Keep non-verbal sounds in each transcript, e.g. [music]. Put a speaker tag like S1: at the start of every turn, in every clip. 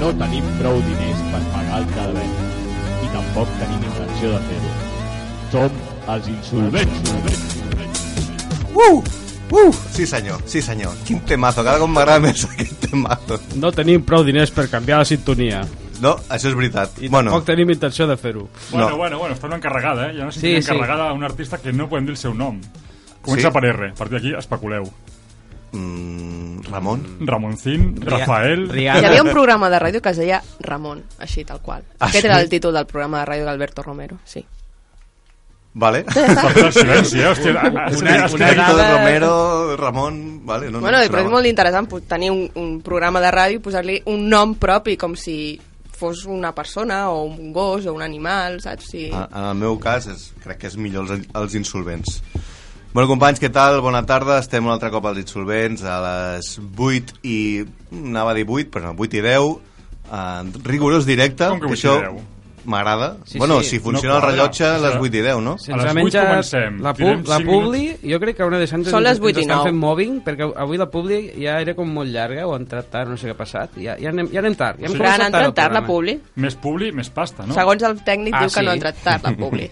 S1: No tenim prou diners per pagar el talent i tampoc tenim intenció de fer-ho. Som els insolvents.
S2: ¡Uh! ¡Uh! Sí, señor, sí, señor. Quin temazo, cada cop m'agrada més aquest temazo.
S3: No tenim prou diners per canviar la sintonia.
S2: No, això és veritat.
S3: I bueno.
S2: bueno,
S3: tampoc tenim intenció de fer-ho.
S4: Bueno,
S2: No.
S4: bueno, bueno, està una encarregada, eh? Ja no sé
S3: Sí,
S4: sí,
S3: sí.
S4: encarregada a un artista que no podem dir el seu nom. Comença
S2: Sí?
S4: per R, a partir d'aquí especuleu.
S2: mm, Ramon...
S4: Ramoncín, Rafael...
S5: Hi
S6: Rihanna.
S5: havia un programa de ràdio que es deia Ramon, així, tal qual.
S2: Ah,
S5: Aquest
S2: sí?
S5: era el títol del programa de ràdio d'Alberto Romero, sí.
S2: Vale. [laughs]
S4: S'ha fet el silenci, eh? Hòstia, ha- ha-
S6: Una-
S4: ha-
S6: una
S4: ha-
S2: Héctor
S6: dada-
S2: Romero, Ramon... Vale, no, no,
S5: bueno, però és
S2: sonava.
S5: molt interessant pu- tenir un, un programa de ràdio i posar-li un nom propi, com si fos una persona o un gos o un animal, saps? Sí.
S2: En en el meu cas, és, crec que és millor els, els insolvents. Bueno, companys, què tal? Bona tarda. Estem un altre cop als insolvents a les 8 i... Anava a dir 8, però no, 8 i 10. En rigorós directe.
S4: Com que
S2: que
S4: 8 i
S2: això
S4: 10?
S2: M'agrada.
S3: Sí,
S2: bueno,
S3: sí,
S2: si funciona
S4: no
S2: el
S4: quadra.
S2: rellotge,
S4: Sí,
S2: les
S4: sí.
S2: 8 i 10, no?
S4: A les
S3: hem
S4: vuit
S3: menjat
S4: comencem.
S3: La,
S4: Tirem
S3: pub, la
S4: cinc
S3: Publi, jo crec que una de Sánchez
S5: Són les
S3: ens
S5: vuit i
S3: estan
S5: nou.
S3: fent mobbing, perquè avui la Publi ja era com molt llarga, o ha entrat tard, no sé què ha passat. Ja, ja, anem, ja anem tard. Ja hem
S5: Però
S3: començat
S5: han entrat
S3: el
S5: tard, la
S3: programa.
S5: Publi.
S4: Més publi, més pasta, no?
S5: No? Segons el tècnic
S3: Ah,
S5: diu que
S3: sí?
S5: no ha entrat tard, la
S2: [laughs]
S5: Publi.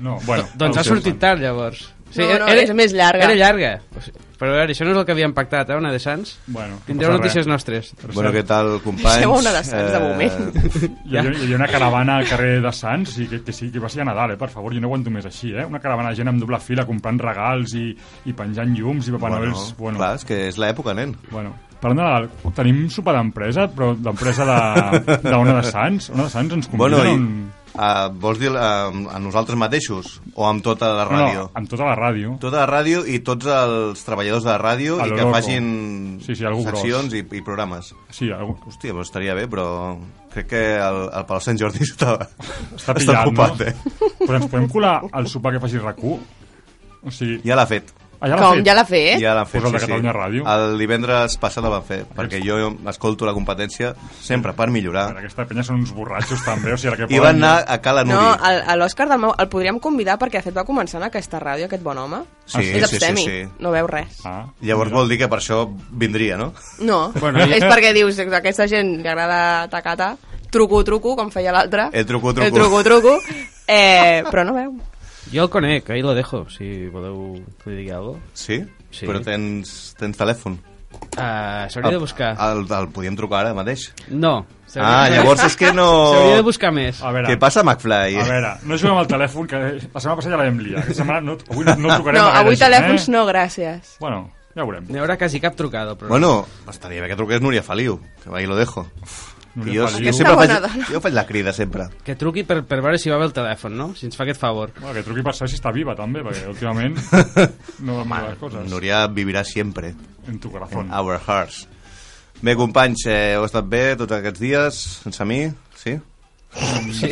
S4: No, bueno.
S3: Doncs
S4: el
S3: ha
S4: seu
S3: sortit
S4: fan.
S3: tard, llavors.
S5: No, no, és més llarga.
S3: Era llarga. O sigui, Però a veure, això no és el que havíem pactat, eh, una de Sants.
S4: Bueno, no
S3: Tindreu
S4: passa
S3: notícies
S4: res.
S3: nostres.
S4: Per
S2: Bueno, què
S4: cert,
S2: tal, companys? Eh,
S5: Sembla una de Sants, de moment.
S4: hi, havia, hi havia una caravana al carrer de Sants i que, que, sí, que va ser a Nadal, eh, per favor, jo no aguanto més així, eh? Una caravana de gent amb doble fila comprant regals i, i penjant llums i Papà
S2: Bueno,
S4: Noels... Bueno,
S2: clar, és que és l'època, nen.
S4: Bueno, parlant de Nadal, tenim sopar d'empresa, però d'empresa de- d'Ona de, de Sants. Ona de Sants ens conviden
S2: Bueno,
S4: a
S2: i,
S4: un...
S2: uh, vols dir uh, a nosaltres mateixos? O amb tota la
S4: No,
S2: ràdio?
S4: no, amb tota la ràdio.
S2: tota la ràdio i tots els treballadors de la ràdio
S4: A
S2: i
S4: lo
S2: que
S4: loco.
S2: facin
S4: Sí, sí, algú gros.
S2: seccions i, i programes.
S4: Sí, algú...
S2: Hòstia, però estaria bé, però crec que el, el Palau Sant Jordi [laughs] està,
S4: està pillant,
S2: ocupat,
S4: no?
S2: eh?
S4: Però ens podem colar al sopar que faci rac O sigui,
S2: Ja l'ha fet.
S4: allà l'ha
S5: Com,
S4: fet.
S5: ja l'ha fet?
S2: Ja l'ha fet,
S4: Pues el de
S2: sí,
S4: Catalunya
S2: sí.
S4: Ràdio.
S2: El divendres passat el va fer, perquè jo escolto la competència sempre per millorar.
S4: Però Aquesta penya són uns borratxos també, o sigui, ara que
S2: I van anar a Cala
S5: No,
S2: Nuri.
S5: el- a l'Òscar del meu el podríem convidar perquè de fet va començar en aquesta ràdio, aquest bon home.
S2: Sí,
S5: és
S2: sí, sí,
S5: abstemi,
S2: sí.
S5: no veu res.
S4: Ah,
S2: Llavors vol dir que per això vindria, no?
S5: No,
S3: Bueno,
S5: bueno, [laughs]
S3: i-
S5: és perquè dius, "A aquesta gent li agrada tacata, truco, truco, com feia l'altre.
S2: El Eh, truco, truco.
S5: El truco, truco. Eh, però no veu.
S3: Jo el conec, ahí lo dejo, si voleu que li digui alguna cosa.
S2: Sí?
S3: Sí.
S2: Però tens, tens telèfon.
S3: Uh,
S2: Ah,
S3: S'hauria de buscar.
S2: El, el, el podíem trucar ara mateix.
S3: No. s'hauria
S2: Ah,
S3: de-
S2: llavors és que no...
S3: S'hauria de buscar més.
S4: A veure,
S2: Què passa, McFly?
S4: a veure, no juguem al telèfon, que la setmana passada ja l'hem liat. Aquesta setmana no, avui no, no trucarem
S5: No,
S4: a gaire
S5: avui
S4: gent,
S5: telèfons
S4: eh?
S5: no, gràcies.
S4: Bueno, ja veurem.
S3: N'hi haurà quasi cap trucada, però...
S2: Bueno, estaria bé que truqués Núria Feliu, que ahí lo dejo.
S4: Núria
S2: jo, jo, sempre
S4: Feliu.
S5: Aquesta
S2: faig,
S5: bona dona.
S2: jo faig la crida, sempre.
S3: Que truqui per, per veure si va bé el telèfon, no? Si ens fa aquest favor.
S4: Bueno, que truqui per saber si està viva, també, perquè
S2: [laughs]
S4: últimament no va mal les coses.
S2: Núria vivirà sempre,
S4: En tu corazón.
S2: en our hearts. Bé, companys, eh, heu estat bé tots aquests dies, sense mi? Sí? [laughs]
S3: Sí.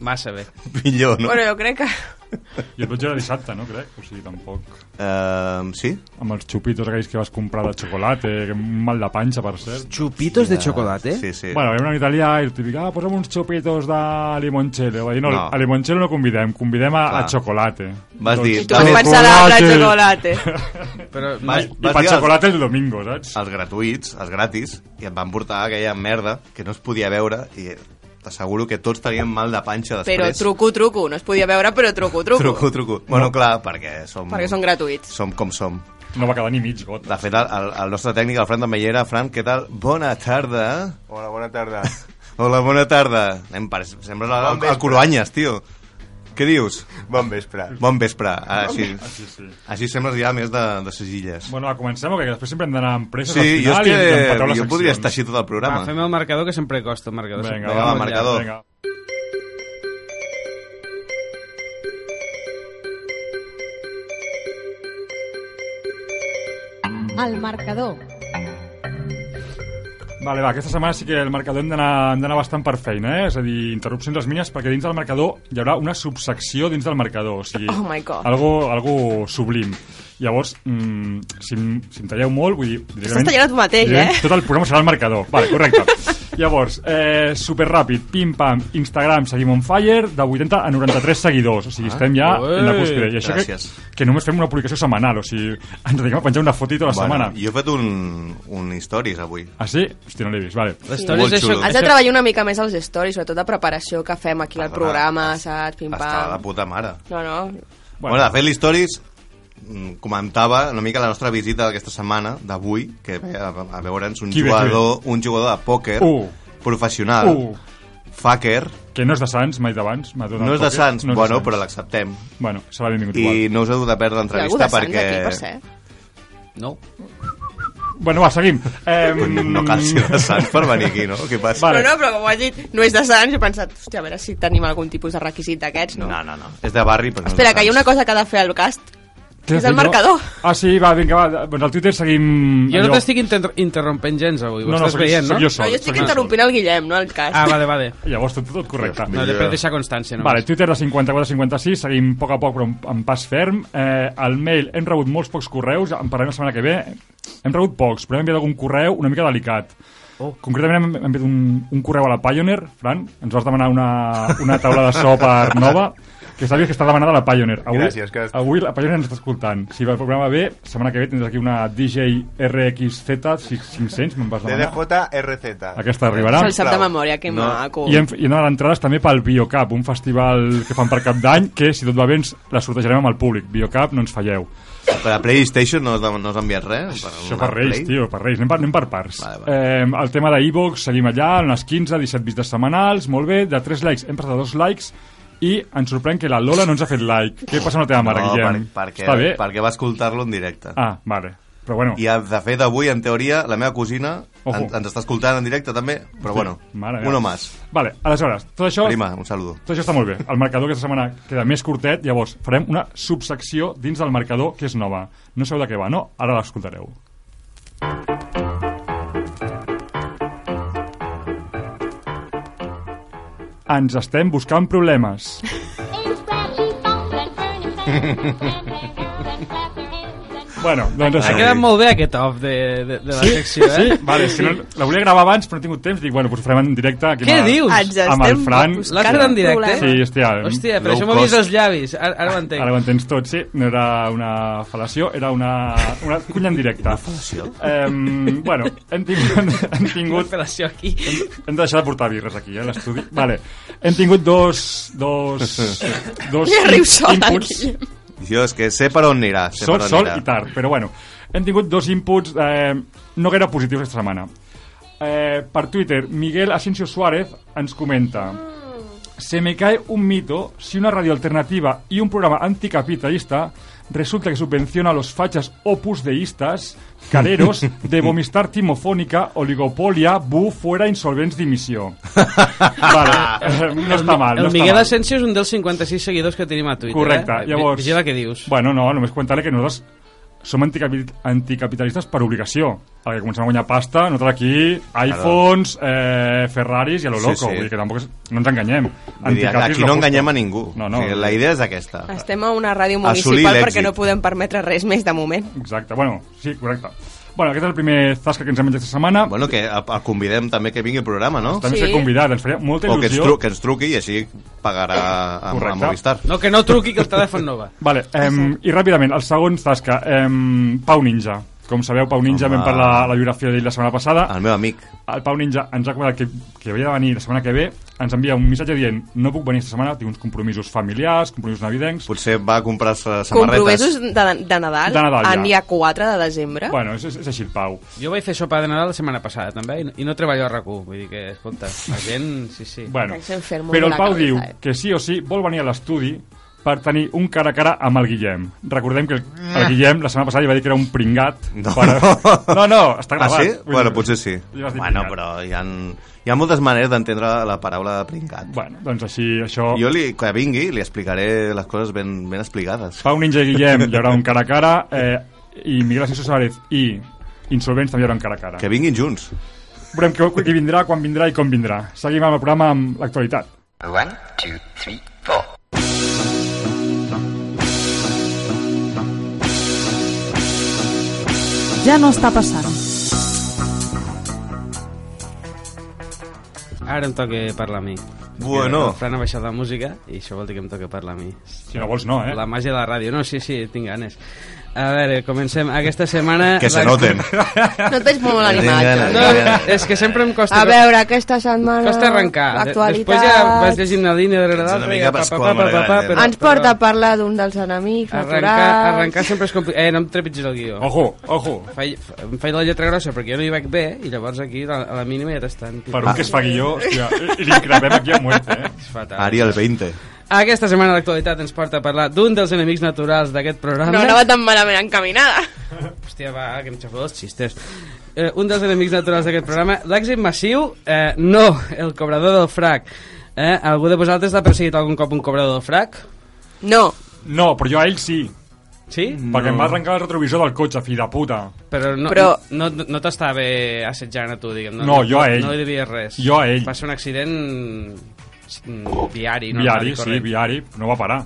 S3: Massa bé.
S2: Millor, no?
S5: Bueno, jo crec que...
S4: I el veig era dissabte, no crec? O sigui, tampoc...
S2: Eh, sí?
S4: Amb els xupitos aquells que vas comprar de xocolata, que un mal de panxa, per cert.
S3: Chupitos de xocolata, eh?
S2: Sí, sí.
S4: Bueno, vam anar a Italià i el típic, ah, posa'm uns xupitos de limoncello. Va dir, no,
S2: No.
S4: a limoncello no convidem, convidem a, a
S2: Clar.
S4: xocolate.
S2: Vas
S4: doncs
S2: dir,
S5: Tu
S2: Dame
S5: pensaràs la
S4: chocolate.
S5: xocolate.
S3: Però no,
S2: vas, vas
S4: I per
S2: dir als,
S4: xocolate el domingo, saps?
S2: als gratuïts, als gratis, i et van portar aquella merda que no es podia veure i t'asseguro que tots teníem mal de panxa després.
S5: Però truco, truco. No es podia veure, però truco, truco.
S2: Truco, truco. Bueno, clar, perquè som...
S5: Perquè són gratuïts.
S2: Som com som.
S4: No va quedar ni mig got.
S2: De fet, el, el, el nostre tècnic, el Fran, també hi era. Fran, què tal? Bona tarda.
S6: Hola,
S2: [laughs]
S6: bona tarda.
S2: Hola, bona tarda. Anem per... Sembles el, el, el Cruanyes, tio. Què dius?
S6: Bon vespre.
S2: Bon vespre. Ah, Així,
S4: Sí, sí.
S2: així sembles ja més de, de ses illes.
S4: Bueno, va, comencem o què? Que Després sempre hem d'anar amb presses
S2: Sí,
S4: al
S2: jo, és
S4: final i ens
S2: que
S4: empateu les
S2: jo podria estar així
S4: seccions.
S2: tot el
S3: Va,
S2: programa.
S3: fem el marcador, que sempre costa el marcador.
S4: Vinga,
S3: sempre
S4: va,
S3: costa.
S2: marcador.
S4: Vinga.
S7: El marcador.
S4: Vale, va, aquesta setmana sí que el marcador hem d'anar hem d'anar bastant per feina, eh? És a dir, interrupcions les mínimes perquè dins del marcador hi haurà una subsecció dins del marcador, o sigui,
S5: Oh my God.
S4: algo, algo sublim. Llavors, mm, si, em- si em talleu molt, vull dir... directament-
S5: tallant a tu mateix,
S4: directament
S5: eh?
S4: Tot el programa serà el marcador. Vale, correcte.
S2: [laughs]
S4: Llavors, eh, superràpid, pim-pam, Instagram, seguim on fire, de 80 a 93 seguidors. O sigui, estem ja en la
S3: ué,
S4: cúspide. I això que,
S2: Ah, gràcies.
S4: que només fem una publicació setmanal, o sigui, ens dediquem a penjar una foto tota la
S2: Bueno,
S4: setmana.
S2: jo he fet un, un històries avui.
S4: Ah, sí? Hòstia, no l'he vist, vale.
S3: Les stories,
S2: Molt
S3: això,
S2: xulo.
S5: Has de
S3: això,
S5: treballar una mica més els stories, sobretot de preparació que fem aquí al
S2: Perdona,
S5: programa, saps?
S2: Està Ah, de
S5: Pim-pam.
S2: puta mare.
S5: No, no.
S2: Bueno, de fet, l'Històries mm, comentava una mica la nostra visita d'aquesta setmana, d'avui, que ve a, a veure'ns un,
S4: Qui ve, qui
S2: jugador, un jugador de pòquer
S4: Uh.
S2: professional,
S4: Uh,
S2: fucker,
S4: que no és de Sants, mai d'abans. m'ha donat
S2: no és de
S4: toque.
S2: Sants,
S4: No és de
S2: bueno,
S4: Sants.
S2: però l'acceptem.
S4: Bueno, serà benvingut
S2: I
S4: igual.
S2: no us heu de perdre
S5: Hi ha algú de
S2: l'entrevista
S5: Sants
S2: perquè...
S5: aquí, per cert?
S3: No.
S4: Mm, Bueno, va, seguim. Eh,
S2: Cony, No cal ser de Sants per venir aquí, no? Què passa?
S4: Vale.
S5: No, no, però com ho has dit, no és de Sants, he pensat, hòstia, a veure si tenim algun tipus de requisit d'aquests, no?
S2: No, no, no. És de barri, però
S5: Espera,
S2: no
S5: que hi ha una cosa que ha de fer al cast.
S4: Què
S5: És
S4: has
S5: el
S4: fet, no?
S5: marcador.
S4: Ah, sí, va, vinga, va. Doncs al Twitter seguim...
S3: Jo no
S4: allò.
S3: t'estic inter interrompent gens avui, ho
S4: No, no,
S3: estàs
S4: soc-
S3: veient, no?
S4: soc jo sol.
S5: No, jo
S4: soc
S5: estic interrompint el Guillem, no el cast.
S3: Ah, vale, vale.
S4: Llavors, tot, tot correcte.
S3: No, de- per deixar constància, no?
S4: Vale, Twitter de 54-56, seguim a poc a poc però amb- amb pas ferm. Eh, al mail hem rebut molts pocs correus, en parlarem la setmana que ve. Hem rebut pocs, però hem enviat algun correu una mica delicat. Oh. Concretament hem hem enviat un, un correu a la Pioneer, Fran, ens vas demanar una, una taula de so per nova, que sàpies que està demanada a la Pioneer. Avui,
S6: Gràcies, que-
S4: Avui la Pioneer ens està escoltant. Si va el programa bé, setmana que ve tindràs aquí una DJ RXZ500, me'n vas demanar.
S6: DDJRZ.
S4: Aquesta arribarà.
S5: Se'l sap de
S6: Bravo.
S5: memòria, que
S2: No.
S5: maco.
S4: I hem, i hem donat entrades també pel Biocap, un festival que fan per cap d'any, que si tot va bé ens la sortejarem amb el públic. Biocap, no ens falleu.
S2: Per a PlayStation no us, no us ha enviat res? Per
S4: Això
S2: una
S4: per Reis,
S2: Play?
S4: tio, per Reis. Anem per, anem per parts.
S2: Vale,
S4: Eh, el tema de Evox, seguim allà, en les 15, 17 vistes setmanals, molt bé, de 3 likes hem passat a 2 likes, i ens sorprèn que la Lola no ens ha fet like. Què passa amb la teva mare,
S2: no, per,
S4: Guillem?
S2: perquè,
S4: Està bé?
S2: perquè va escoltar-lo en directe.
S4: Ah, vale. Però bueno,
S2: I, de fet, avui, en teoria, la meva cosina
S4: Ojo.
S2: en, ens està escoltant en directe, també. Però, bueno,
S4: mare meva.
S2: uno más.
S4: Vale, aleshores, tot això...
S2: Prima, un saludo.
S4: Tot això està molt bé. El marcador aquesta setmana queda més curtet, llavors farem una subsecció dins del marcador que és nova. No sabeu de què va, no? Ara l'escoltareu. Ens estem buscant problemes. Bueno, doncs
S3: Ha
S4: això.
S3: quedat molt bé aquest off de, de, de la secció, eh?
S4: Sí, vale, si no, la volia gravar abans, però no he tingut temps. Dic, bueno, doncs ho farem en directe. Aquí
S3: Què
S4: amb el-
S3: dius?
S5: Ens
S4: Amb el
S5: estem
S4: Fran.
S3: L'has fet en directe?
S4: Sí, hòstia.
S3: Hòstia, però
S2: Low
S3: això m'ho vist
S2: cost.
S3: els llavis. Ara, ara ho entenc.
S4: Ara ho entens tot, sí. No era una fal·lació, era una, una cunya en directe. Una fal·lació? Eh, bueno, hem tingut, hem tingut...
S3: Relació aquí.
S4: Hem de deixar de portar birres aquí, eh, a l'estudi. Vale. Hem tingut dos... Dos... dos
S5: Ja riu sol,
S4: inputs,
S5: el
S2: Jo és que sé per on anirà. Sé
S4: sol,
S2: per on
S4: sol
S2: anirà.
S4: i tard, però bueno. Hem tingut dos inputs eh, no gaire positius aquesta setmana. Eh, per Twitter, Miguel Asensio Suárez ens comenta... Se me cae un mito si una radio alternativa y un programa anticapitalista resulta que subvenciona a los fachas opus deístas, careros, de vomistar timofónica, oligopolia, bu, fuera, insolvents, dimissió. Vale, [laughs] eh, no està mal. no
S3: El
S4: està
S3: Miguel
S4: mal.
S3: Asensio és un dels 56 seguidors que tenim a Twitter.
S4: Correcte,
S3: eh?
S4: llavors...
S3: Vigila què dius.
S4: Bueno, no, només comentar-li que nosaltres som anticapi- anticapitalistes per obligació. Ara que comencem a guanyar pasta, nosaltres aquí, iPhones, eh, Ferraris i a lo
S2: Sí,
S4: loco.
S2: sí.
S4: Vull dir que tampoc és, no ens enganyem.
S2: Vull dir,
S4: Anticapi és
S2: aquí
S4: lo
S2: no
S4: justo.
S2: enganyem a ningú.
S4: No, no.
S2: O sigui, la idea és aquesta.
S5: Estem a una ràdio
S2: Assolir
S5: municipal perquè
S2: l'èxit.
S5: no podem permetre res més de moment.
S4: Exacte, bueno, sí, correcte. Bueno, aquest és el primer tasca que ens hem menjat aquesta setmana.
S2: Bueno, que el, el convidem també que vingui al programa, no?
S4: També
S5: Sí.
S4: s'ha convidat, ens faria molta
S2: O que ens,
S4: il·lusió.
S2: tru que ens truqui i així pagarà a, a
S4: Correcte.
S2: Movistar.
S3: No, que no truqui, que el telèfon no va.
S4: Vale, em, i ràpidament, el segon tasca, em, Pau Ninja. Com sabeu, Pau Ninja,
S2: Home. Ah.
S4: vam parlar la biografia d'ell la setmana passada.
S2: El meu amic.
S4: El Pau Ninja ens ha comentat que, que havia de venir la setmana que ve. ens envia un missatge dient no puc venir aquesta setmana, tinc uns compromisos familiars, compromisos navidencs...
S2: Potser va a comprar-se
S5: Compromesos
S2: samarretes.
S5: de, de Nadal,
S4: De Nadal, ja.
S5: en dia 4 de desembre.
S4: Bueno, és, és, és així el Pau.
S3: Jo vaig fer sopar de Nadal la setmana passada, també, i no, i no treballo a RAC1. Vull dir que, escolta, la gent... Sí, sí.
S4: Bueno,
S5: Estem fent molt
S4: però el
S5: la
S4: Pau
S5: cabeza,
S4: diu
S5: eh?
S4: que sí o sí vol venir a l'estudi per tenir un cara a cara amb el Guillem. Recordem que el, el Guillem la setmana passada li va dir que era un pringat.
S2: No.
S4: Per... no, no, està
S2: Ah,
S4: gravat.
S2: sí?
S4: Vull
S2: Bueno,
S4: dir-
S2: potser sí.
S4: Li vas dir
S2: Bueno,
S4: pringat.
S2: però hi ha, hi ha moltes maneres d'entendre la paraula pringat.
S4: Bueno, doncs així, això...
S2: Jo, li, que vingui, li explicaré les coses ben, ben explicades.
S4: Pau Ninja i Guillem hi haurà un cara a cara, eh, i Miguel Asensio Suárez i Insolvents també hi haurà un cara a cara.
S2: Que vinguin junts.
S4: Veurem que, qui vindrà, quan vindrà i com vindrà. Seguim amb el programa amb l'actualitat.
S6: One, two, three, four.
S7: Ja no està passant.
S3: Ara em toca parlar a mi.
S2: Bueno.
S3: El Fran ha baixat la música i això vol dir que em toca parlar a mi.
S4: Si no vols, no, eh?
S3: La màgia de la ràdio. No, sí, sí, tinc ganes. A veure, comencem. Aquesta setmana...
S2: Que se
S3: la-
S2: noten.
S5: No et veig molt
S2: ganes.
S5: animat.
S3: [laughs] No, és que sempre em costa...
S5: A veure, aquesta setmana...
S3: Costa arrencar. De-
S5: L'actualitat...
S3: Després ja vas llegint la línia de
S2: Ets
S3: l'altra.
S2: una mica Pasqual Maragall, eh?
S5: Ens porta a parlar d'un dels enemics
S3: Arrencar,
S5: naturals.
S3: arrencar sempre és complicat. Eh, no em trepitgis el guió.
S4: Ojo, ojo.
S3: Faig, em faig la lletra grossa perquè jo no hi vaig bé i llavors aquí a la, a la mínima ja t'estan...
S4: Per un que es fa guió, hòstia, i li crepem aquí a muerte, eh?
S3: És fatal.
S2: Ari el 20.
S3: Aquesta setmana l'actualitat ens porta a parlar d'un dels enemics naturals d'aquest programa.
S5: No anava tan malament encaminada.
S3: Hòstia, va, que em xafo els xistes. Eh, un dels enemics naturals d'aquest programa, l'èxit massiu, eh, no, el cobrador del frac. Eh, algú de vosaltres l'ha perseguit algun cop un cobrador del frac?
S5: No,
S4: No, però jo a ell sí,
S3: Sí?
S4: Mm, perquè em va arrencar el retrovisor del cotxe, fill de puta.
S3: Però no,
S5: Però-
S3: no, no, no t'estava assetjant a tu, diguem.
S4: No, jo a ell.
S3: No li devies res.
S4: Jo a ell.
S3: Va ser un accident mm, viari. No?
S4: Viari, sí,
S3: correcte.
S4: viari, no va parar,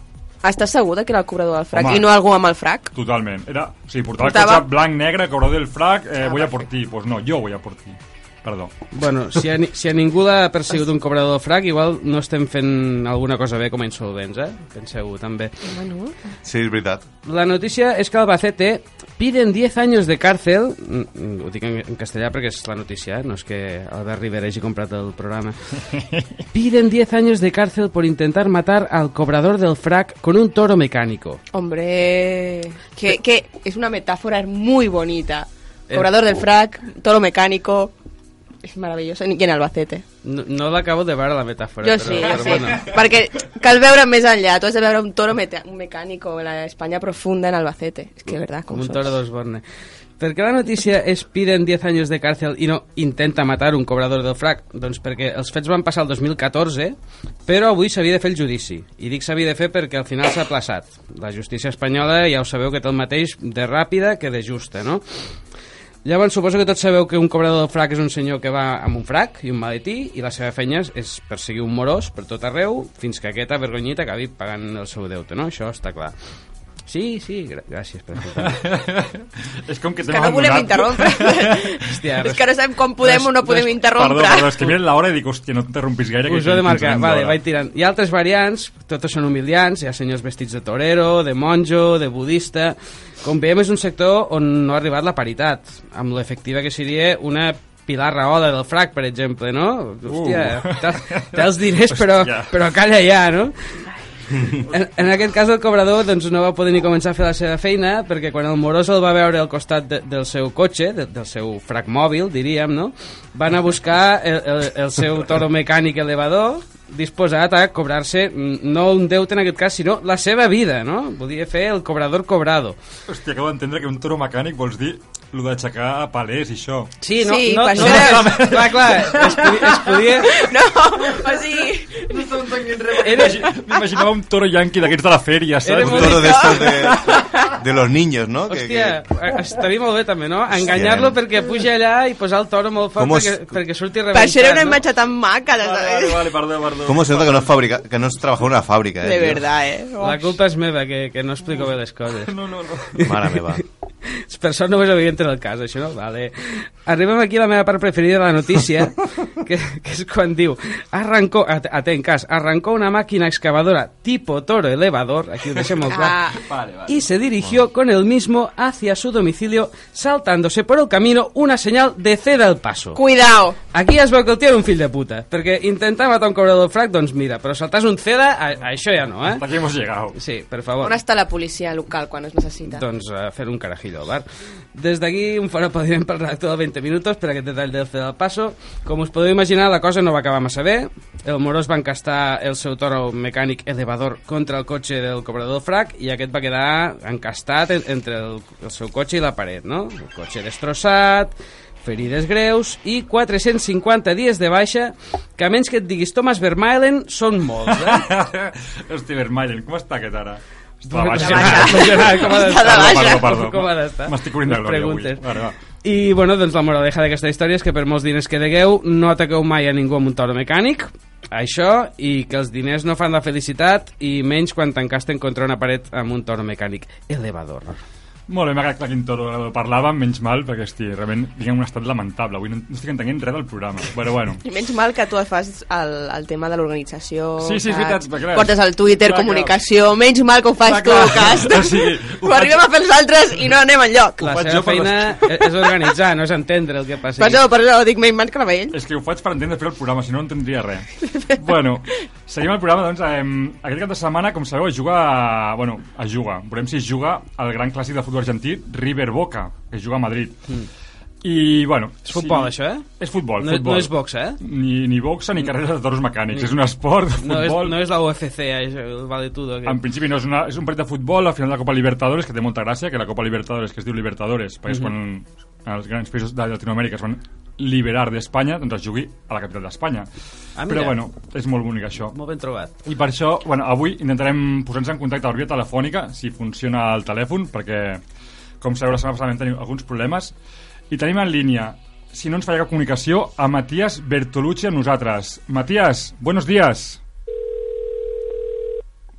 S5: estàs segur de que era el cobrador del frac
S4: Home.
S5: i no algú amb el frac?
S4: totalment. Era, o sigui, portava,
S5: Portava-
S4: el cotxe blanc, negre, cabró del frac, eh,
S5: Ah,
S4: voy a por ti. Pues no, jo voy a por ti. Perdó.
S3: Bueno, si a, ni- si a ningú l'ha perseguit un cobrador del frac, igual no estem fent alguna cosa bé com a insolvents, eh? Penseu-ho, també.
S2: Sí, és veritat.
S3: La notícia és que Albacete piden 10 anys de càrcel, mm, mm, ho dic en, en castellà perquè és la notícia, eh? no és que Albert Rivera hagi comprat el programa, piden 10 anys de càrcel por intentar matar al cobrador del frac con un toro mecánico.
S5: Hombre, que, que es una metáfora muy bonita.
S3: Eh,
S5: Cobrador
S3: oh.
S5: del frac, toro mecánico, es maravilloso. I en Albacete.
S3: No, no l'acabo de veure la metàfora.
S5: Jo
S3: però,
S5: sí,
S3: però
S5: jo sí.
S3: Bueno,
S5: Perquè cal veure més enllà. Tu has de veure un toro meta- un mecánico en la España profunda en Albacete. Es que de verdad,
S3: com
S5: com
S3: un
S5: sols.
S3: toro d'Osborne. Per què la notícia és piden 10 anys de càrcel i no intenta matar un cobrador del frac? Doncs perquè els fets van passar el 2014, però avui s'havia de fer el judici. I dic s'havia de fer perquè al final s'ha aplaçat. La justícia espanyola ja ho sabeu que té el mateix de ràpida que de justa, no? Llavors, suposo que tots sabeu que un cobrador del frac és un senyor que va amb un frac i un maletí i la seva feina és- és perseguir un morós per tot arreu fins que aquest avergonyit acabi pagant el seu deute, no? Això està clar. Sí, sí, gra- gràcies per escoltar.
S4: És com que
S5: Que
S4: t'hem
S5: no volem
S4: abandonat. [laughs]
S5: interrompre.
S3: [laughs] Hòstia,
S5: [laughs] és que no sabem com podem o no podem
S4: Perdó,
S5: interrompre. [laughs]
S4: perdó, és que miren l'hora i dic, hòstia, no t'interrompis gaire. que
S3: Us ho he de
S4: ens
S3: marcar,
S4: anem
S3: vale,
S4: d'hora.
S3: vaig tirant. Hi ha altres variants, totes són humiliants, hi ha senyors vestits de torero, de monjo, de budista... Com veiem, és un sector on no ha arribat la paritat, amb l'efectiva que seria una Pilar Rahola del frac, per exemple, no? Hòstia,
S4: Uh. [laughs]
S3: té- té els diners, però,
S4: Hòstia.
S3: però calla ja, no? En, en aquest cas el cobrador doncs, no va poder ni començar a fer la seva feina perquè quan el morós el va veure al costat de, del seu cotxe, de, del seu frac mòbil, diríem, no? va anar a buscar el, el, el seu toro mecànic elevador disposat a cobrar-se mm, no un deute en aquest cas, sinó la seva vida, no? Volia fer el cobrador cobrado.
S4: Hòstia, acabo d'entendre que un toro mecànic vols dir lo d'aixecar a palers i això.
S3: Sí, no,
S5: Sí,
S3: no,
S5: per
S3: no,
S5: això era-
S3: no, clar, clar, es podia, es podia,
S5: No, o sigui...
S3: era,
S4: M'imaginava un toro yanqui d'aquests de la fèria,
S3: Era
S4: saps?
S2: Un
S3: molt-
S2: toro de estos de, de los niños, ¿no? Que-
S3: Hòstia,
S2: que-
S3: estaria molt bé també, no? Enganyar-lo perquè puja allà i posar el toro molt fort
S2: Com es-
S3: perquè, perquè surti
S5: Per
S3: rebentat,
S5: això era una
S3: no?
S5: imatge tan maca, de
S4: Vale,
S5: saber.
S4: vale, vale, perdó, perdó.
S2: ¿Cómo se nota que no es fábrica, que no es trabajado en una fábrica? eh,
S5: De
S2: tío?
S5: verdad, eh?
S3: La culpa és meva, que, que no explico bé les coses.
S4: No, no, no.
S2: Mare meva.
S3: per sort no és evident en el cas, això no? Vale. Arribem aquí a la meva part preferida de la
S2: [laughs]
S3: notícia, que, que és quan diu arrancó, at- atent cas, arrancó una màquina excavadora tipo toro elevador, aquí ho deixem molt
S5: Ah.
S3: clar, y se dirigió con el mismo hacia su domicilio saltándose por el camino una señal de ceda al paso.
S5: Cuidao.
S3: Aquí es veu que el tio era un fill de puta, perquè intentar matar un cobrador del frac, doncs mira, però saltar un ceda, a, a això ja no, eh?
S4: Hasta aquí hemos llegado.
S3: Sí, per favor.
S5: On està la policia local quan es necessita?
S3: Doncs a fer un carajillo al bar. Des d'aquí, un fort aplaudiment pel redactor de 20 minuts per aquest detall del Cedal Paso. Com us podeu imaginar, la cosa no va acabar massa bé. El Morós va encastar el seu toro mecànic elevador contra el cotxe del cobrador del frac i aquest va quedar encastat en- entre el, el seu cotxe i la paret, no? El cotxe destrossat, ferides greus i 450 dies de baixa, que a menys que et diguis Thomas Vermaelen, són molts,
S4: [laughs]
S3: eh?
S4: Hosti, Vermaelen, com està aquest ara? Està
S3: Una
S4: baixa.
S3: cosa impressionant,
S4: [laughs]
S3: com ha
S5: Està de
S3: d'estar.
S5: baixa.
S4: Perdó, perdó,
S3: Com ha
S4: perdó.
S3: d'estar?
S4: M'estic corrent de
S3: Les
S4: glòria avui.
S3: preguntes.
S4: Vale, va.
S3: I, bueno, doncs la moraleja d'aquesta història és que per molts diners que degueu no ataqueu mai a ningú amb un toro mecànic, això, i que els diners no fan la felicitat i menys quan t'encasten contra una paret amb un toro mecànic elevador.
S4: Molt bé, m'ha quedat clar quin toro parlàvem, menys mal, perquè, hosti, realment diguem un estat lamentable. Avui no, no estic entenent res del programa. Però bueno,
S5: I menys mal que tu et fas el, el tema de l'organització.
S4: Sí, sí, és veritat,
S5: saps?
S4: va, clar.
S5: Portes el Twitter,
S4: Va, clar.
S5: comunicació... Menys mal que ho fas
S4: Va,
S5: tu,
S4: clar.
S5: Cast.
S4: [laughs] O sigui, ho
S5: ho
S4: faig-
S5: arribem a fer els altres i no anem enlloc.
S3: La
S4: faig
S3: seva
S4: jo per
S3: feina
S4: les-
S3: [laughs] és organitzar, no és entendre el que passa.
S5: Per això, per això, dic menys mal que la veia ell.
S4: és que ho faig per entendre fer el programa, si no no entendria res. bueno, seguim el programa, doncs, eh, aquest cap de setmana, com sabeu, es juga, a, bueno, es juga, veurem si es juga al gran clàssic de futbol argentí, River Boca, que es juga a Madrid. I, bueno...
S3: Mm. És futbol, això, eh?
S4: És futbol,
S3: No,
S4: futbol.
S3: no és boxa, eh?
S4: Ni, ni boxa ni carreres de toros mecànics, és un esport, de
S3: No és,
S4: futbol...
S3: no és la UFC, això, el vale todo.
S4: En
S3: Que...
S4: principi no, és, una, és un partit de futbol, al final de la Copa Libertadores, que té molta gràcia, que la Copa Libertadores, que es diu Libertadores, perquè és quan els grans països de Latinoamèrica es van liberar d'Espanya, doncs es jugui a la capital d'Espanya.
S3: Ah, mira.
S4: Però bueno, és molt bonic això.
S3: Molt ben trobat.
S4: I per això, bueno, avui intentarem posar-nos en contacte per via telefònica, si funciona el telèfon, perquè, com sabeu, la setmana passada vam tenir alguns problemes. I tenim en línia, si no ens falla cap comunicació, a Matías Bertolucci a nosaltres. Matías, buenos días.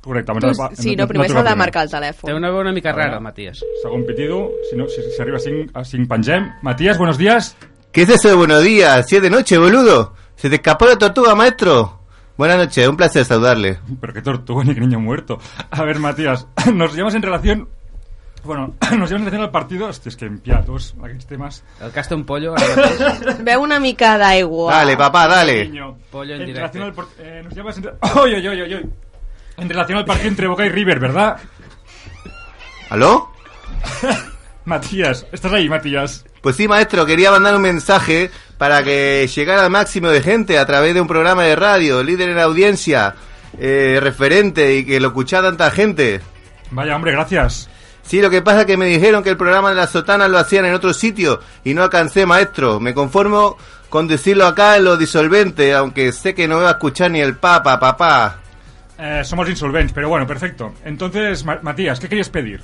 S4: Correcte, abans
S5: Tu,
S4: de pa-
S5: Doncs sí, no, primer
S4: trucar
S5: s'ha de marcar el telèfon.
S3: Té una veu una mica rara,
S4: veure.
S3: el Matías.
S4: Segon pitido, si, no, si, si arriba a 5, a 5 pengem. Matías, buenos días.
S2: [laughs] ¿Qué es eso de buenos días? Si es de noche, boludo. Se te escapó la tortuga, maestro. Buenas noches, un placer saludarle.
S4: Pero qué tortuga ni qué niño muerto. A ver, Matías, [laughs] nos llevas en relación... Bueno, [clears throat] nos llevas en relación al partido... Hòstia, és que en piatos, aquests temes...
S3: El cas té un
S4: [laughs]
S3: pollo, ara mateix.
S5: Veu una mica d'aigua.
S2: Dale, papá, dale.
S4: Niño,
S3: Pollo en
S4: en
S3: directo.
S4: relación al... por- Eh, nos llevas en... re- [laughs] ¡Oy, oy, oy, oy, oy! En relación al partido entre Boca y River, ¿verdad?
S2: ¿Aló?
S4: Matías, estás ahí, Matías.
S2: Pues sí, maestro, quería mandar un mensaje para que llegara al máximo de gente a través de un programa de radio, líder en audiencia, eh, referente y que lo escuchara tanta gente.
S4: Vaya, hombre, gracias.
S2: Sí, lo que pasa es que me dijeron que el programa de la sotana lo hacían en otro sitio y no alcancé, maestro. Me conformo con decirlo acá en lo disolvente, aunque sé que no me va a escuchar ni el papa, papá.
S4: Eh, somos insolventes, pero bueno, perfecto. Entonces, Ma- Matías, ¿qué querías pedir?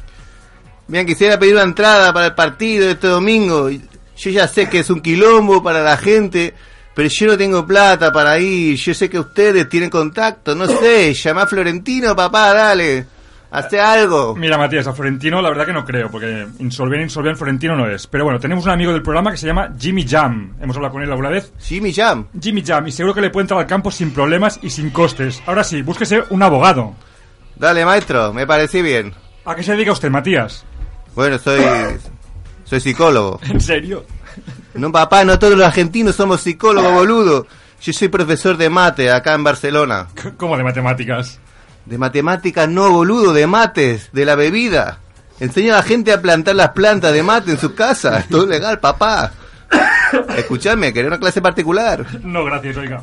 S2: Bien, quisiera pedir una entrada para el partido de este domingo. Yo ya sé que es un quilombo para la gente, pero yo no tengo plata para ir. Yo sé que ustedes tienen contacto, no sé. Llama a Florentino, papá, dale. Hace algo.
S4: Mira, Matías, a Florentino la verdad que no creo, porque insolvente, insolvente, Florentino no es. Pero bueno, tenemos un amigo del programa que se llama Jimmy Jam. Hemos hablado con él alguna vez.
S2: Jimmy Jam.
S4: Jimmy Jam, y seguro que le puede entrar al campo sin problemas y sin costes. Ahora sí, búsquese un abogado.
S2: Dale, maestro, me parece bien.
S4: ¿A qué se dedica usted, Matías?
S2: Bueno, soy... Soy psicólogo.
S4: [laughs] ¿En serio?
S2: No, papá, no todos los argentinos somos psicólogos, boludo. Yo soy profesor de mate acá en Barcelona.
S4: C- ¿Cómo de matemáticas?
S2: De matemáticas no, boludo, de mates, de la bebida. Enseño a la gente a plantar las plantas de mate en sus casas. [laughs] Todo legal, papá. [coughs] Escuchame, quería una clase particular.
S4: No, gracias, oiga.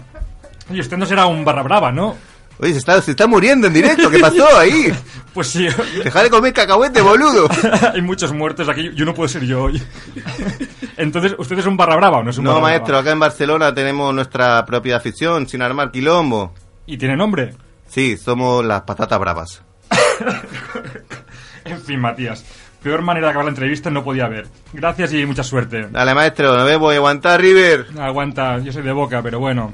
S4: Y usted no será un barra brava, ¿no?
S2: Oye, se está, se está muriendo en directo, ¿qué pasó ahí?
S4: Pues sí, [laughs]
S2: Deja de comer cacahuete, [laughs] boludo.
S4: hay muchos muertos aquí, yo no puedo ser yo hoy. [laughs] Entonces, ¿usted es un barra brava o no es un
S2: No,
S4: barra brava?
S2: maestro, acá en Barcelona tenemos nuestra propia afición, sin armar quilombo.
S4: ¿Y tiene nombre?
S2: Sí, somos las patatas bravas.
S4: En fin, Matías, peor manera de acabar la entrevista no podía haber. Gracias y mucha suerte.
S2: Dale, maestro, nos vemos. Aguantar, River.
S4: Aguanta, yo soy de boca, pero bueno.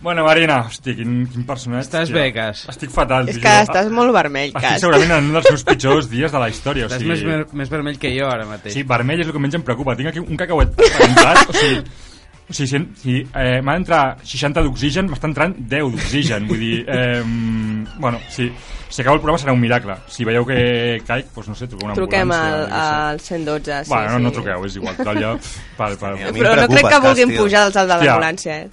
S4: Bueno, Marina, hòstia, quin, quin personatge.
S3: Estàs
S4: hòstia.
S3: bé, Cas.
S4: Estic fatal.
S5: És
S4: tio.
S5: que estàs molt vermell,
S4: Estic
S5: cas.
S4: segurament en un dels meus pitjors dies de la història. O
S3: Estàs
S4: sigui,
S3: més, ver- més vermell que jo ara mateix.
S4: Sí, vermell és el que menys em preocupa. Tinc aquí un cacauet presentat, o sigui... O sigui, si, si eh, m'ha d'entrar 60 d'oxigen, m'està entrant 10 d'oxigen. Vull dir, eh, bueno, sí. Si acaba el programa serà un miracle. Si veieu que caic, doncs no sé, truqueu una
S5: Truquem al,
S4: ambulància.
S5: al 112, sí,
S4: bueno, no,
S5: sí.
S4: no truqueu, és igual. Tal, ja, pal, pal.
S2: A mi em
S5: Però no crec
S2: preocupa,
S5: que vulguin
S2: cas, tio.
S5: pujar del salt de
S4: Hòstia.
S5: l'ambulància, eh?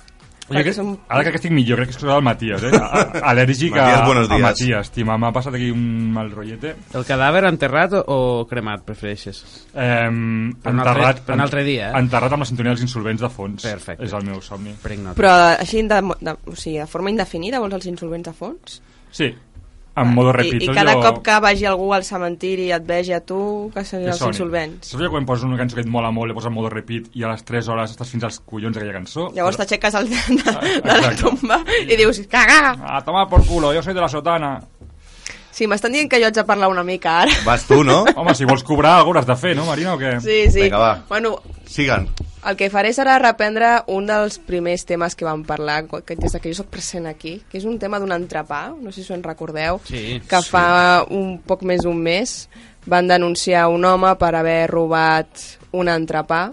S4: Jo
S5: Perquè
S4: crec,
S5: som-
S4: ara crec que estic millor, crec que és cosa del Matías, eh? A- Al·lèrgic a,
S2: Matías, buenos
S4: a
S2: días.
S4: Matías. Estima, m'ha passat aquí un mal eh? rotllete.
S3: El cadàver enterrat o, o cremat, prefereixes?
S4: Eh,
S3: Per un altre-
S4: enterrat,
S3: per un altre dia, eh?
S4: Enterrat amb la sintonia dels insolvents de fons.
S3: Perfecte.
S4: És el meu somni.
S3: Prenc nota.
S5: Però així, de, de, o sigui, de forma indefinida, vols els insolvents a fons?
S4: Sí, en modo
S5: I,
S4: repito.
S5: I cada
S4: jo...
S5: cop que vagi algú al cementiri i et vegi a tu, que seran els
S4: soni.
S5: insolvents.
S4: Saps allò quan poses una cançó que et mola molt, le poses en modo repeat i a les 3 hores estàs fins als collons d'aquella cançó?
S5: Llavors
S4: Però-
S5: t'aixeques al- de, de, de la
S4: Ah, Exacte.
S5: tomba i dius, caga!
S4: A tomar Ah, por culo, yo soy de la sotana.
S5: Sí, m'estan dient que jo haig de parlar una mica ara.
S2: Vas tu, no?
S4: Home, si vols cobrar, alguna cosa has de fer, no, Marina, o què?
S5: Sí, sí.
S2: Vinga, va.
S5: Bueno,
S2: Siguen.
S5: el que faré serà reprendre un dels primers temes que vam parlar que des de que jo soc present aquí, que és un tema d'un entrepà, no sé si ho en recordeu,
S3: Sí.
S5: que fa un poc més d'un mes van denunciar un home per haver robat un entrepà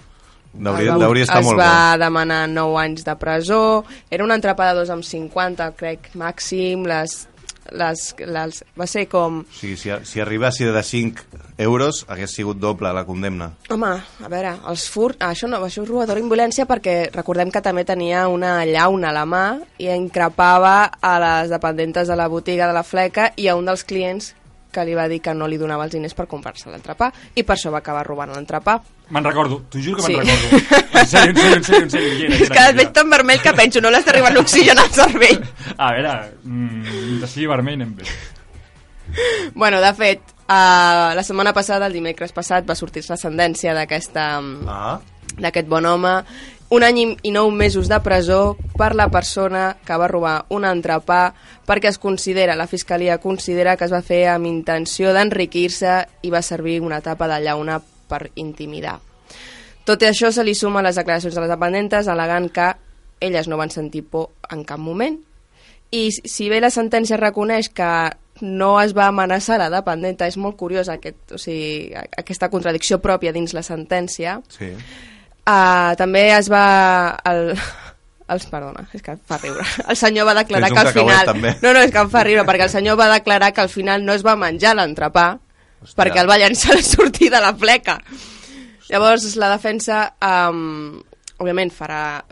S2: Deuria,
S5: Es va-
S2: deuria estar
S5: es
S2: molt
S5: va
S2: bo.
S5: demanar 9 anys de presó, era una entrapada de 2 amb 50, crec, màxim, les, les, les, va ser com...
S2: O sigui, si, si arribessi de 5 euros, hagués sigut doble la condemna.
S5: Home, a veure, els furts... Ah, això no, això és robatori amb violència perquè recordem que també tenia una llauna a la mà i encrapava a les dependentes de la botiga de la fleca i a un dels clients que li va dir que no li donava els diners per comprar-se l'entrepà i per això va acabar robant l'entrepà.
S4: Me'n recordo, t'ho juro que me'n
S5: Sí. [laughs]
S4: recordo. En sèrio, en sèrio, en sèrio, en sèrio. hi era, hi
S5: És
S4: era,
S5: que
S4: hi
S5: et veig
S4: era.
S5: tan vermell que penso, no l'està arribant l'oxigen al cervell.
S4: A veure, mm, de sigui vermell anem bé.
S5: Bueno, de fet, uh, la setmana passada, el dimecres passat, va sortir l'ascendència d'aquesta... mm,
S2: Ah.
S5: d'aquest bon home un any i- i nou mesos de presó per la persona que va robar un entrepà perquè es considera, la fiscalia considera que es va fer amb intenció d'enriquir-se i va servir una tapa de llauna per intimidar. Tot i això se li suma les declaracions de les dependentes al·legant que elles no van sentir por en cap moment i si- si bé la sentència reconeix que no es va amenaçar la dependenta, és molt curiosa aquest, o sigui, a- aquesta contradicció pròpia dins la sentència,
S2: Sí.
S5: Uh, també es va... El, els, perdona, és que em fa riure. El senyor va declarar
S2: Tens
S5: que
S2: un
S5: al
S2: cacauet,
S5: final...
S2: també.
S5: No, no, és que em fa riure, perquè el senyor va declarar que al final no es va menjar l'entrepà, perquè el va llançar a la sortida de la pleca. Llavors, la defensa, um, òbviament, farà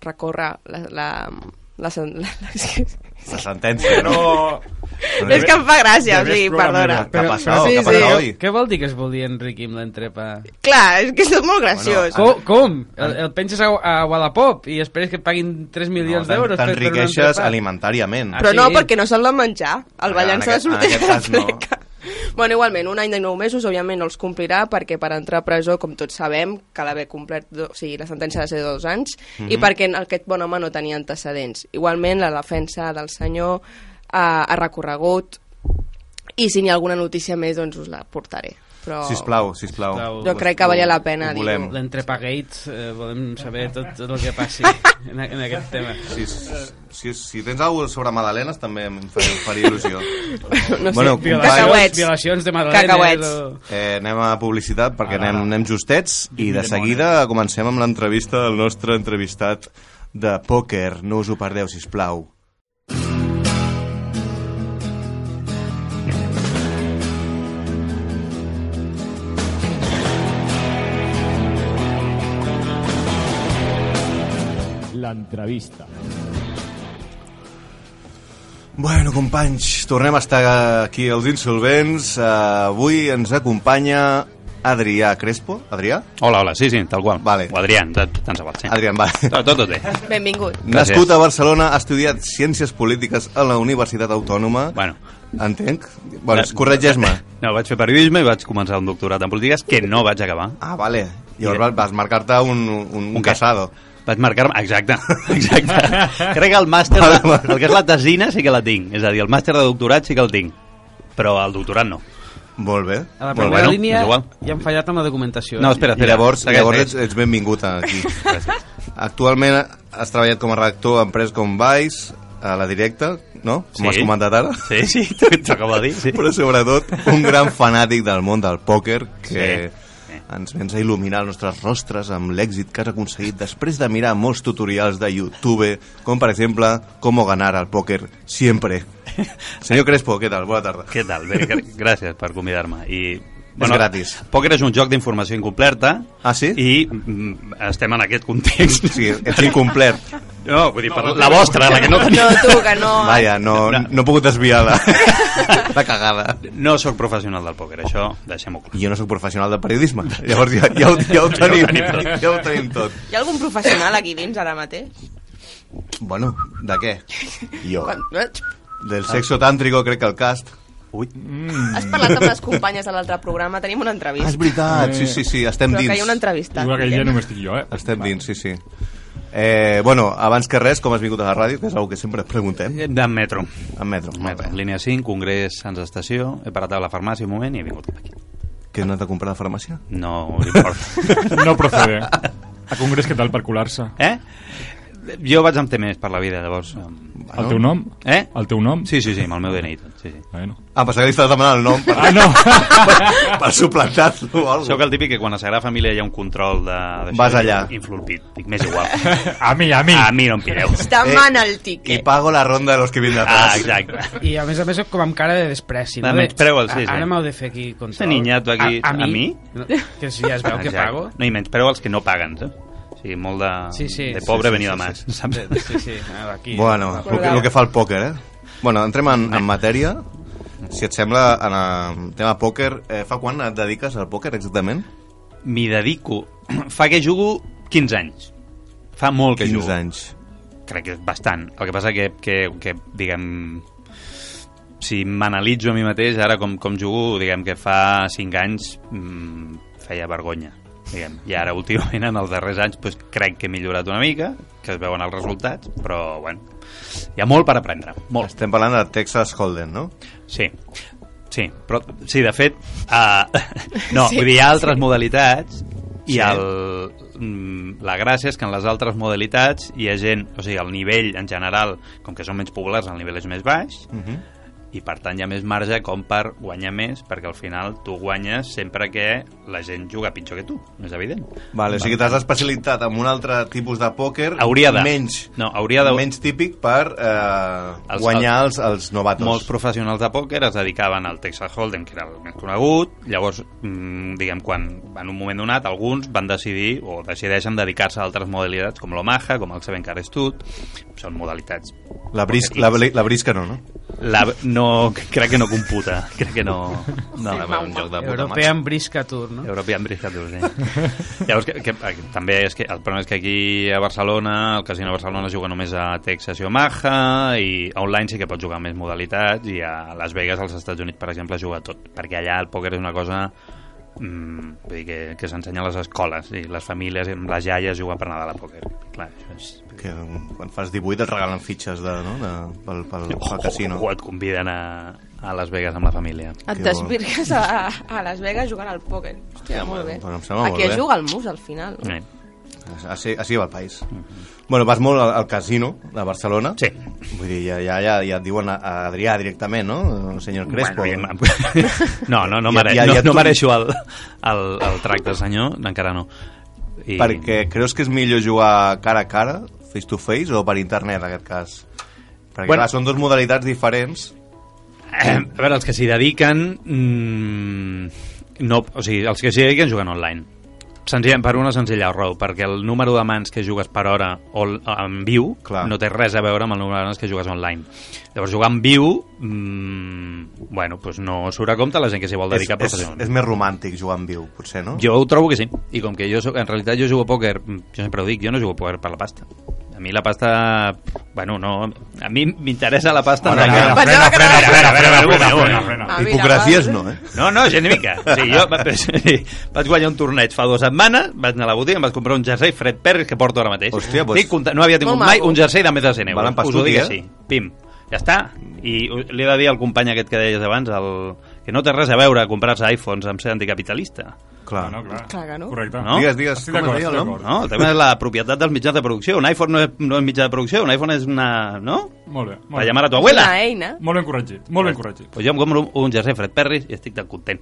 S5: recórrer la... la, la, sen- la, la és que-
S2: La sentència, no?
S4: Però...
S5: és que em fa gràcia,
S4: Ja
S5: o
S4: ves
S5: sigui,
S4: programera.
S5: perdona.
S2: Què ha passat?
S5: sí,
S2: Què ha
S5: sí.
S2: passat avui?
S3: Què vol dir que es volia enriquir amb l'entrepa?
S5: Clar, és que és molt graciós.
S3: Com? com? El, el penses a, a Wallapop i esperes que et paguin 3 milions d'euros per, per un
S2: T'enriqueixes
S3: entrepà?
S2: alimentàriament.
S3: Ah,
S5: Però no,
S3: sí?
S5: perquè no se'l va menjar.
S2: Ah,
S5: El va
S2: en
S5: llançar de
S2: aquest- en
S5: sortida de la
S2: aquest cas no.
S5: fleca. Bueno, igualment, un any de nou mesos, òbviament, no els complirà, perquè per entrar a presó, com tots sabem, cal haver complert, do- o sigui, la sentència ha de ser de dos anys, i
S2: Mhm.
S5: perquè aquest bon home no tenia antecedents. Igualment, la defensa del senyor eh, ha recorregut, i si n'hi ha alguna notícia més, doncs us la portaré. Però...
S2: Sisplau, sisplau.
S3: Sisplau.
S5: Jo crec que valia la
S2: Ho
S5: pena dir-ho.
S2: volem.
S3: L'entrepa Gates, eh, volem saber tot el que passi
S5: [laughs]
S3: en, a- en aquest tema.
S2: Si, si, si tens alguna cosa sobre magdalenes també em fa- em faria il·lusió.
S5: [laughs] No sé,
S2: Bueno,
S5: cacauets.
S3: Violacions, violacions de madalenes.
S5: Cacauets.
S3: o-
S2: Eh, anem a publicitat perquè
S4: Ara,
S2: anem,
S4: ara.
S2: anem justets i de
S4: Dimmi
S2: seguida comencem amb l'entrevista del nostre entrevistat de pòquer. No us ho perdeu, sisplau.
S1: L'entrevista.
S2: Bueno, companys, tornem a estar aquí als Insolvents. Uh, avui ens acompanya Adrià Crespo. Adrià?
S7: Hola, hola, sí, sí, tal qual.
S2: Vale.
S7: O Adrián, tant tant se val, sí.
S2: Adrià, va.
S7: Tot, tot, tot
S2: [laughs]
S7: bé.
S5: Benvingut.
S7: Gràcies.
S2: Nascut a Barcelona, ha estudiat Ciències Polítiques a la Universitat Autònoma.
S7: Bueno. Eh,
S2: Entenc? Bueno, Doncs corregeix-me.
S7: No, vaig fer periodisme i vaig començar un doctorat en polítiques que no vaig acabar.
S2: Ah, vale. Llavors vas- vas marcar-te un, un, un
S7: què?
S2: casado.
S7: Vaig marcar... Exacte, [laughs] exacte. Crec que el màster,
S2: Vale,
S7: de,
S2: vale.
S7: el que és la tesina sí que la tinc. És a dir, el màster de doctorat sí que el tinc. Però el doctorat no.
S2: Molt bé.
S3: A la
S2: Molt
S3: primera
S7: bueno,
S3: línia
S7: és igual.
S3: ja han fallat amb la documentació.
S7: No, espera, espera.
S2: Llavors,
S7: Segueix,
S2: llavors
S7: segueix.
S2: ets, ets benvingut aquí.
S7: Gràcies.
S2: Actualment has treballat com a redactor a empreses com Vice, a la directa, no? Com has comentat ara.
S7: Sí, sí, [laughs] t'acabo de dir. Sí.
S2: Però sobretot un gran fanàtic del món del pòquer que sí. ens vens a il·luminar els nostres rostres amb l'èxit que has aconseguit després de mirar molts tutorials de YouTube, com per exemple, com ganar al pòquer sempre. Senyor Crespo, què tal? Bona tarda.
S7: Què tal? Bé, gr- gràcies per convidar-me. I,
S2: gratis.
S7: Pòquer és un joc d'informació incompleta.
S2: Ah, sí?
S7: I mm, estem en aquest
S2: [laughs]
S7: context.
S2: Sí, ets incomplert.
S7: No, vull dir, per la vostra, la que no tenia...
S5: No, tu, que no...
S2: Vaja, no, no he pogut desviar la, la cagada.
S7: No sóc professional del pòquer, això deixem-ho clar.
S2: I jo no sóc professional de periodisme. Llavors ja, ja, ho, ja ho tenim, ja ho tenim tot.
S8: Hi ha algun professional aquí dins ara mateix?
S2: Bueno, de què? Jo.
S5: Quan- Has
S2: Del sexo tàntrico crec que el cast. Ui.
S5: parlat amb les companyes de l'altre programa, tenim una
S2: Ah, és
S5: entrevista.
S2: veritat, sí, sí, sí, estem
S5: Però que hi ha una
S2: dins.
S5: entrevista.
S4: Igual que ja només estic jo, eh?
S2: Estem dins, sí, sí. Eh, bueno, abans que res, com has vingut a la ràdio, que és una que sempre et preguntem,
S7: De metro.
S2: en metro, molt bé.
S7: Línia 5, congrés, sense estació, he parat a la farmàcia un moment i he vingut cap aquí.
S2: que he anat a comprar a la farmàcia?
S7: No
S4: [laughs]
S7: us importa.
S4: No procede. A Congrés què tal per colar-se?
S7: eh? Jo vaig amb temes per la vida, llavors... em-
S4: El teu nom?
S7: Eh?
S4: El teu nom?
S7: Sí, sí, sí, amb el meu DNI. i tot, Sí, sí.
S4: Bueno.
S2: Ah, pensava que li estaves demanant el nom per,
S4: Ah, no!
S2: [laughs] per suplantar-lo o alguna
S7: Sóc el típic que quan a Sagrada Família hi ha un control de... d'això,
S2: Vas allà.
S7: Inflo el pit, dic, m'és igual. Ah,
S4: A mi, a mi!
S7: A mi no em pireu.
S8: Demana el
S2: Eh, I
S8: tiquet.
S2: pago la ronda de los que vindran
S7: Ah,
S2: atrás.
S7: exacte.
S3: I a més a més com amb cara de despreci.
S7: De
S3: De-
S7: menyspreu, sí, sí.
S3: A- Ara m'heu de fer aquí control.
S7: Este niñato aquí-
S3: A, a, mi?
S7: a mi?
S3: No, Que si ja es veu que
S7: Exacte.
S3: pago.
S7: No, i menyspreu els que no paguen, saps? O sigui, molt de,
S3: Sí, sí.
S7: de
S3: Sí,
S7: pobre
S3: sí,
S7: venir
S3: sí,
S7: de mas, saps?
S3: Sí, sí, sí. ara Aquí.
S2: Bueno, el que, el que fa el pòquer, eh? Bueno, entrem en, en matèria. Si et sembla, en el tema pòquer, eh, fa quan et dediques al pòquer exactament?
S7: M'hi dedico. [clears throat] Fa que jugo 15 anys. Fa molt que
S2: 15
S7: jugo.
S2: anys.
S7: crec que és bastant. El que passa que, que, que diguem, si m'analitzo a mi mateix, ara com, com jugo, diguem que fa 5 anys mmm, feia vergonya. Diguem. I ara, últimament, en els darrers anys, doncs, crec que he millorat una mica, que es veuen els resultats, però, bueno, hi ha molt per aprendre, molt.
S2: Estem parlant de Texas Hold'em, no?
S7: Sí, sí, però, sí de fet, uh, [laughs] no, sí, vull dir, hi ha altres sí. modalitats i
S2: Sí.
S7: sí. el, mm, la gràcia és que en les altres modalitats hi ha gent, o sigui, el nivell en general, com que són menys populars, el nivell és més baix, uh -huh. i per tant hi ha més marge com per guanyar més, perquè al final tu guanyes sempre que la gent juga pitjor que tu, és evident.
S2: Vale, o sigui que t'has especialitat en un altre tipus de pòquer
S7: Hauria de.
S2: menys,
S7: No, hauria de-
S2: menys típic per eh,
S7: Els-
S2: guanyar els, els novatos.
S7: Molts professionals de pòquer es dedicaven al Texas Hold'em, que era el més conegut. Llavors, mm, diguem, quan en un moment donat alguns van decidir o decideixen dedicar-se a altres modalitats com l'Omaha, com el Seven Car Stud. Són modalitats...
S2: La, bris, la, bri- la brisca no, no?
S7: La, no, [laughs] crec que no computa. Crec que no...
S2: [laughs]
S7: No, la un joc de puta mare.
S3: European Brisca Tour, no?
S7: European Brisket Tour, sí. Llavors, que, que, eh, també és que el problema és que aquí a Barcelona, el Casino de Barcelona es juga només a Texas i Omaha, i online sí que pots jugar amb més modalitats, i a Las Vegas, als Estats Units, per exemple, es juga a tot, perquè allà el pòquer és una cosa mm, vull dir que, que s'ensenya a les escoles, i les famílies, amb les iaies juguen per Nadal a pòquer. Clar, això és...
S2: Que quan fas 18 et regalen fitxes de, no? de, pel, pel, pel casino.
S7: O et conviden a, a Las Vegas amb la família.
S5: Et
S2: Que bo.
S5: desvirgues a, a Las Vegas jugant al pòquer. Hòstia,
S2: Ja,
S5: molt bé.
S2: però em sembla molt
S5: Aquí
S2: bé.
S5: es juga al mus, al final.
S7: Eh.
S2: Així, així va el país. Bueno, vas molt al, al casino de Barcelona.
S7: Sí.
S2: Vull dir, ja, ja, ja, ja et diuen a, a Adrià directament, no? El senyor Crespo.
S7: Bueno, ja- [laughs] no, no, no,
S2: Ja-
S7: mere,
S2: ja- ja
S7: no, no
S2: tu-
S7: mereixo el, el, el tracte, senyor, encara no. I,
S2: Perquè creus que és millor jugar cara a cara, face to face, o per internet, en aquest cas? Perquè
S7: Bueno.
S2: bueno, clar, són dues modalitats diferents.
S7: Eh, [clears throat] a veure, els que s'hi dediquen... Mm, no, o sigui, els que s'hi dediquen juguen online. Senzilla, per una senzilla raó, perquè el número de mans que jugues per hora o l- en viu
S2: Clar.
S7: no té res a veure amb el número de mans que jugues online. Llavors, jugar en viu, mm, bueno, doncs no surt a compte la gent que s'hi vol dedicar
S2: és, és,
S7: professionalment.
S2: és més romàntic jugar en viu, potser, no?
S7: Jo ho trobo que sí. I com que jo soc, en realitat jo jugo a pòquer, mm, jo sempre ho dic, jo no jugo a pòquer per la pasta. A mi la pasta... Bueno, no... A mi m'interessa la pasta...
S2: Bueno,
S7: en la
S2: no,
S7: cara.
S2: no,
S7: Espera, espera, espera, espera, espera, espera,
S4: frena,
S7: espera.
S4: frena.
S5: A mi
S2: Hipocresies
S5: la-
S2: no, eh?
S7: No, no, gent mica. Sí, jo va- sí, vaig guanyar un torneig fa dues setmanes, vaig anar a la botiga, em vaig comprar un jersei Fred Perry que porto ara mateix.
S2: Hòstia, doncs-
S7: Estic content, no havia tingut
S5: Molt
S7: mai
S5: maco.
S7: un jersei de més de 100 euros.
S2: Valen per
S7: Us ho dic
S2: tu,
S7: així.
S2: eh?
S7: Pim. Ja està. I u- li he de dir al company aquest que deies abans, el... que no té res a veure comprar-se iPhones amb ser anticapitalista.
S2: Clar.
S4: No, clar.
S5: Clar que no.
S4: Correcte.
S7: No?
S2: Digues, digues,
S4: Estic
S2: com es
S4: d'acord,
S2: deia el
S4: estic
S2: nom?
S4: d'acord.
S7: No, el tema és la propietat dels mitjans de producció. Un iPhone no és, no és mitjà de producció, un iPhone és una... No?
S4: Molt bé. Molt
S7: Per
S4: bé.
S7: llamar a tu
S5: Una
S7: abuela.
S5: eina.
S4: Molt ben corregit, molt ben corregit.
S7: Pues jo em compro un jersei Fred Perris i estic tan content.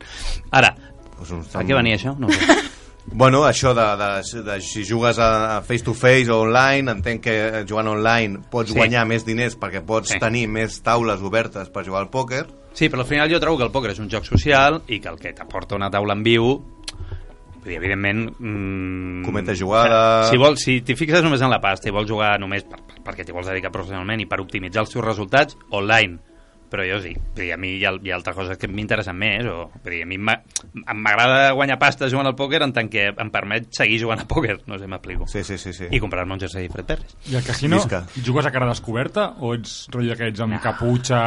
S7: Ara,
S2: Pues un-
S7: a què venia això? No ho sé.
S2: Doncs Bueno, això de, de, de si jugues a a face-to-face o online, entenc que eh, jugant online pots
S7: Sí.
S2: sí. guanyar més diners perquè pots
S7: Sí.
S2: sí. tenir més taules obertes per jugar al pòquer.
S7: Sí, però al final jo trobo que el pòquer és un joc social i que el que t'aporta una taula en viu vull dir, evidentment... Mm,
S2: Cometa jugada.
S7: Si, vols, si t'hi fixes només en la pasta i vols jugar només per, per, perquè t'hi vols dedicar professionalment i per optimitzar els teus resultats, online. Però jo sí, vull dir, a mi hi ha, hi ha altres coses que m'interessen més. O, vull dir, a mi m'ha- em- m'agrada guanyar pasta jugant al pòquer en tant que em permet seguir jugant a pòquer, no sé, m'explico.
S2: Sí, sí, sí. sí.
S7: I comprar-me un jersei Fred Perris.
S4: I al casino,
S2: Visca.
S4: jugues a cara descoberta o ets rotllo que ets amb caputxa,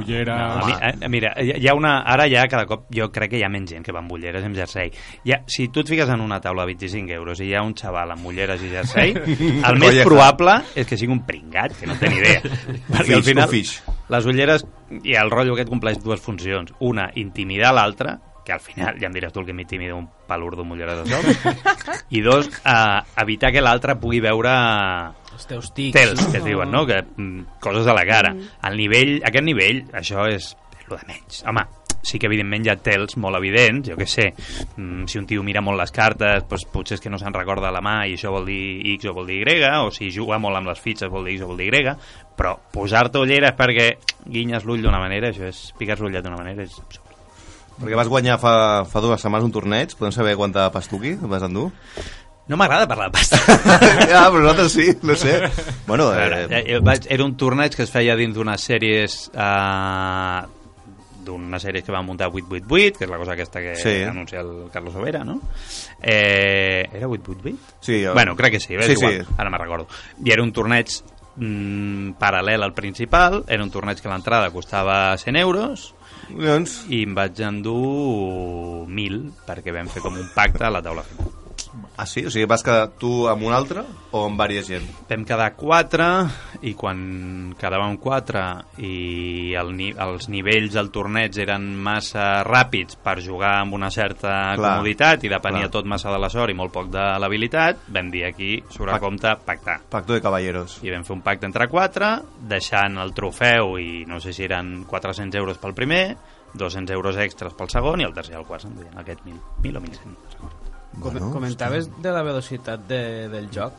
S4: ulleres...
S7: No, a mi, eh, a, mira, hi hi ha una, ara ja cada cop jo crec que hi ha menys gent que va amb ulleres i amb jersei. Ja, si tu et fiques en una taula de 25 euros i hi ha un xaval amb ulleres i jersei, el més
S2: Colleja.
S7: probable és que sigui un pringat, que no té ni idea. Perquè al
S2: Ufix,
S7: final
S2: ufix.
S7: les ulleres i el rotllo aquest compleix dues funcions. Una, intimidar l'altra, que al final ja em diràs tu el que m'intimida un palurdo amb ulleres de sol, i dos, eh, evitar que l'altre pugui veure
S3: Els teus tics.
S7: tels, que es diuen, no? Que, mm, coses a la cara. El nivell, aquest nivell, això és lo de menys. Home, sí que evidentment hi ha tells molt evidents, jo que sé, mm, si un tio mira molt les cartes, doncs potser és que no se'n recorda la mà i això vol dir X o vol dir Y, o si juga molt amb les fitxes vol dir X o vol dir Y, però posar-te ulleres perquè guinyes l'ull d'una manera, això és picar-se l'ullet d'una manera, és absurd.
S2: Perquè vas guanyar fa, fa dues setmanes un torneig, podem saber quanta pastuqui vas endur?
S7: No m'agrada parlar de
S2: [laughs]
S7: pasta. [laughs]
S2: ja, però nosaltres sí, no sé. Bueno,
S7: A veure,
S2: eh,
S7: eh, vaig, era un torneig que es feia dins d'unes sèries eh, d'unes sèries que va muntar 888, que és la cosa aquesta que
S2: Sí.
S7: anuncia el Carlos Overa, no? Eh, era 888?
S2: Sí, eh,
S7: Bueno, crec que sí,
S2: sí,
S7: sí, igual,
S2: sí.
S7: sí. ara me'n recordo. I era un torneig mm, paral·lel al principal, era un torneig que l'entrada costava 100 euros,
S2: doncs,
S7: i em vaig endur 1.000 perquè vam fer com un pacte a la taula final.
S2: ah, sí? O sigui, vas quedar tu amb un altre o amb vària gent?
S7: Vam quedar 4 i quan quedàvem 4 i el, ni- els nivells del torneig eren massa ràpids per jugar amb una certa
S2: Clar.
S7: Clar. comoditat i depenia
S2: Clar.
S7: Clar. tot massa de la sort i molt poc de l'habilitat, vam dir aquí, sobre
S2: Pac-
S7: Pac compte, pactar.
S2: Pacto de caballeros.
S7: I vam fer un pacte entre 4, deixant el trofeu i no sé si eren 400 euros pel primer, 200 euros extres pel segon i el tercer i el quart se'n duien aquest 1.000, 1.000 o 1.100.
S3: Com comentaves de la velocitat de, del joc.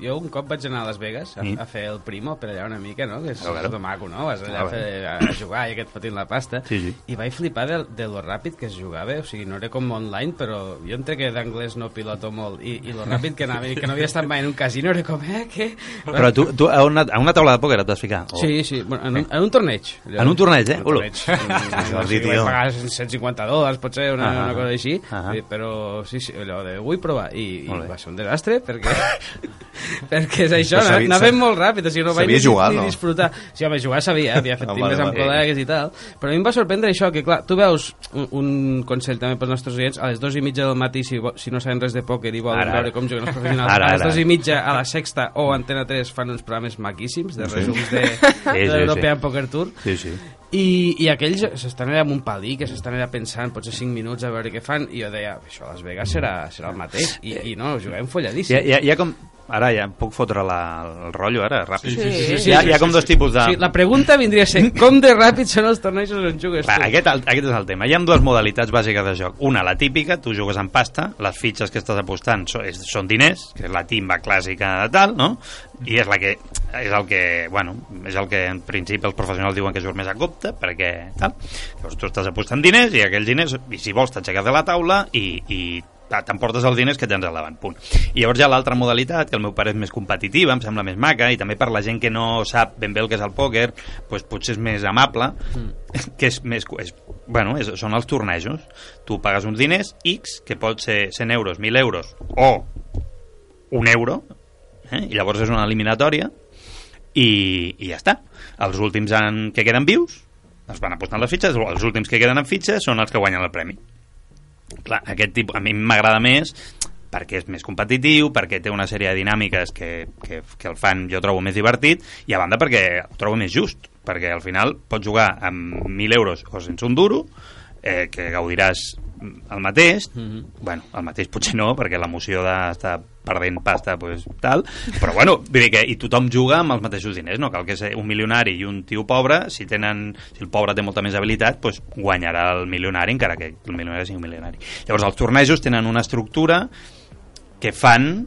S3: Jo un cop vaig anar a Las Vegas a,
S7: Sí.
S3: a fer el primo per allà una mica, no? Que és
S7: Claro,
S3: claro,
S7: claro.
S3: claro. maco, no? Vas allà
S7: Ah,
S3: a, fer, a jugar i aquest fotent la pasta.
S7: Sí, sí.
S3: I vaig flipar de, de lo ràpid que es jugava. O sigui, no era com online, però jo entre que d'anglès no piloto molt i, i lo ràpid que anava i que no havia estat mai en un casino era com, eh, què?
S7: Però tu, tu a, una, a una taula de pòquer et vas ficar? O- Eh.
S3: Sí, sí, bueno, en, un, en un torneig. allò.
S7: En un torneig, eh? Olo. [laughs]
S3: Torneig. Mm, no sé,
S2: Jordi,
S3: vaig
S2: tio.
S3: pagar 150 dòlars, potser, una,
S7: Ah,
S3: una cosa així,
S7: ah.
S3: sí, però sí, sí, allò de vull provar, i, i
S7: Molt bé.
S3: va ser un desastre,
S7: [laughs]
S3: perquè, perquè és això,
S2: Però
S3: no?
S2: sabia-
S3: anàvem
S2: sa-
S3: molt ràpid, o sigui, no vaig
S2: sabia
S3: ni,
S2: jugar,
S3: ni
S2: no?
S3: disfrutar. Sí, home, jugar sabia, havia fet
S2: Ah, vale,
S3: timbres amb
S2: vale.
S3: col·legues i tal, però a mi em va sorprendre això, que clar, tu veus un, un consell també pels nostres oients, a les dues i mitja del matí, si, vo- si no saben res de pòquer i volen
S7: Ara, ara.
S3: veure com
S7: [laughs]
S3: juguen els professionals,
S7: Ara,
S3: a les
S7: ara.
S3: dues i mitja, a la sexta o a Antena 3 fan uns programes maquíssims de resums de,
S7: [laughs] sí,
S3: de
S7: sí.
S3: l'European Poker Tour,
S7: Sí, sí.
S3: i, i aquells s'estan allà amb un palí, que s'estan allà pensant potser 5 minuts a veure què fan, i jo deia, això a Las Vegas serà, serà el mateix, i, i no, juguem
S7: Hi ha,
S3: folladíssim.
S7: hi, ha, hi ha com... Ara ja em puc fotre la, el rotllo, ara, ràpid.
S5: Sí, sí, sí,
S7: hi, ha, hi ha com dos tipus de...
S3: Sí, la pregunta vindria a ser, com de ràpid són els tornejos on jugues
S7: Va,
S3: tu?
S7: aquest, el- aquest és el tema. Hi ha dues modalitats bàsiques de joc. Una, la típica, tu jugues amb pasta, les fitxes que estàs apostant so, és, són diners, que és la timba clàssica de tal, no? I és la que és el que, bueno, és el que en principi els professionals diuen que surt més a compte, perquè tal. Llavors tu estàs apostant diners i aquells diners, i si vols t'aixeques de la taula i, i ta- t'emportes els diners que tens al davant, punt. I llavors hi ha l'altra modalitat, que el meu pare és més competitiva, em sembla més maca, i també per la gent que no sap ben bé el que és el pòquer, doncs potser és més amable, [laughs] que és més... cu- És, bueno, és, són els tornejos. Tu pagues uns diners, X, que pot ser 100 euros, 1.000 euros, o un euro, eh? i llavors és una eliminatòria, i, i ja està. Els últims en, que queden vius es van apostant les fitxes, o els últims que queden en fitxes són els que guanyen el premi. Clar, aquest tipus a mi m'agrada més perquè és més competitiu, perquè té una sèrie de dinàmiques que, que, que el fan, jo trobo, més divertit, i a banda perquè el trobo més just, perquè al final pots jugar amb 1.000 euros o sense un duro, eh, que gaudiràs el mateix, mm -hmm. bueno, el mateix potser no, perquè l'emoció d'estar perdent pasta, pues, tal, però bueno, vull dir que i tothom juga amb els mateixos diners, no cal que ser un milionari i un tio pobre, si tenen si el pobre té molta més habilitat, pues, guanyarà el milionari, encara que el milionari sigui un milionari. Llavors els tornejos tenen una estructura que fan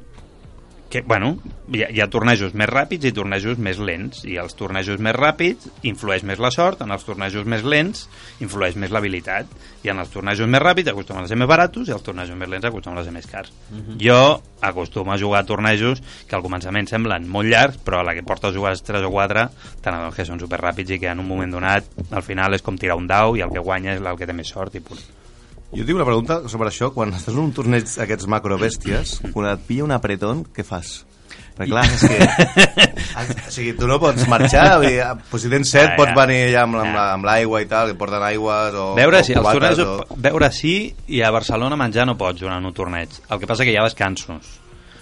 S7: que, bueno, hi ha, hi ha tornejos més ràpids i tornejos més lents, i els tornejos més ràpids influeix més la sort, en els tornejos més lents influeix més l'habilitat, i en els tornejos més ràpids acostumen a ser més baratos, i els tornejos més lents acostumen a ser més cars. Jo acostumo a jugar a tornejos que al començament semblen molt llargs, però a la que portes a jugar 3 o 4, tant els que són super ràpids i que en un moment donat, al final és com tirar un dau, i el que guanya és el que té més sort, i punt.
S2: Jo tinc una pregunta sobre això. Quan estàs en un torneig d'aquests macrobèsties, quan et pilla un apretón, què fas? Perquè clar, és
S7: [laughs]
S2: que... O sigui, tu no pots marxar, vull dir, pues, si tens set
S7: Ah, Ja, ja.
S2: pots venir allà amb, amb,
S7: Ja.
S2: amb l'aigua i tal, que porten aigües o...
S7: Veure
S2: o
S7: si, els
S2: cubates
S7: tornejos,
S2: o-
S7: veure si i a Barcelona menjar no pots durant un torneig. El que passa que hi ha descansos.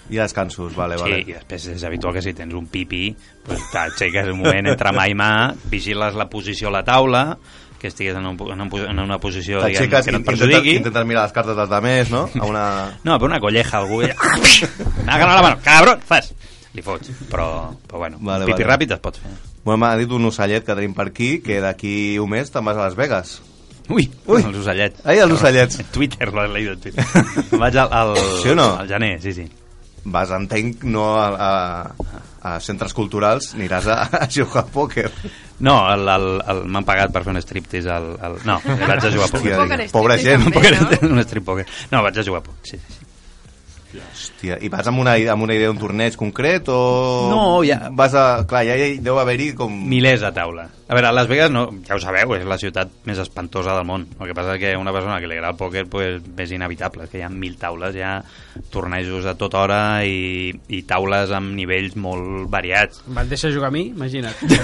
S2: Ja descansos, vale,
S7: Sí,
S2: vale.
S7: i després és habitual que si tens un pipí, doncs t'aixeques un moment entre mà i mà, vigiles la posició a la taula, que estigues en, un, po- en, un, po- en una posició diguem,
S2: T'aixeques,
S7: que no et
S2: intentes,
S7: perjudiqui.
S2: intentes mirar les cartes dels demés, no? A una...
S7: [laughs] No, però una colleja, algú... i-
S2: [laughs]
S7: M'ha ganat la mano, cabron, fas! Li fots, però, però bueno,
S2: Vale,
S7: vale, pipi
S2: vale.
S7: vale. ràpid es pot fer.
S2: Bueno, m'ha dit un ocellet que tenim per aquí, que d'aquí un mes te'n vas a Las Vegas.
S7: Ui,
S2: Ui.
S7: els ocellets.
S2: Ai, els ocellets.
S7: Twitter, l'has leído en Twitter. Vaig al, al,
S2: Sí o no?
S7: al gener, sí, sí.
S2: Vas, entenc, no a, a, a centres culturals, aniràs a, a jugar a pòquer.
S7: No, el, el, el m'han pagat per fer un striptease al... al... No, vaig a jugar a
S2: Hòstia,
S7: poc.
S2: pobra
S5: Poker striptease
S2: gent,
S5: també,
S7: Poker,
S5: no?
S7: [laughs] un strip poker. No, vaig a jugar a poc, sí, sí. sí.
S2: Hòstia, i vas amb una, amb una idea d'un torneig concret o...
S7: No, ja-
S2: Vas a... Clar, ja, hi- deu haver-hi com...
S7: Milers a taula. A veure, Las Vegas, no, ja ho sabeu, és la ciutat més espantosa del món. El que passa és que una persona que li agrada el pòquer pues, és inevitable, és que hi ha mil taules, hi ha tornejos a tota hora i, i taules amb nivells molt
S3: [laughs]
S7: variats.
S3: Em van deixar jugar a mi, imagina't.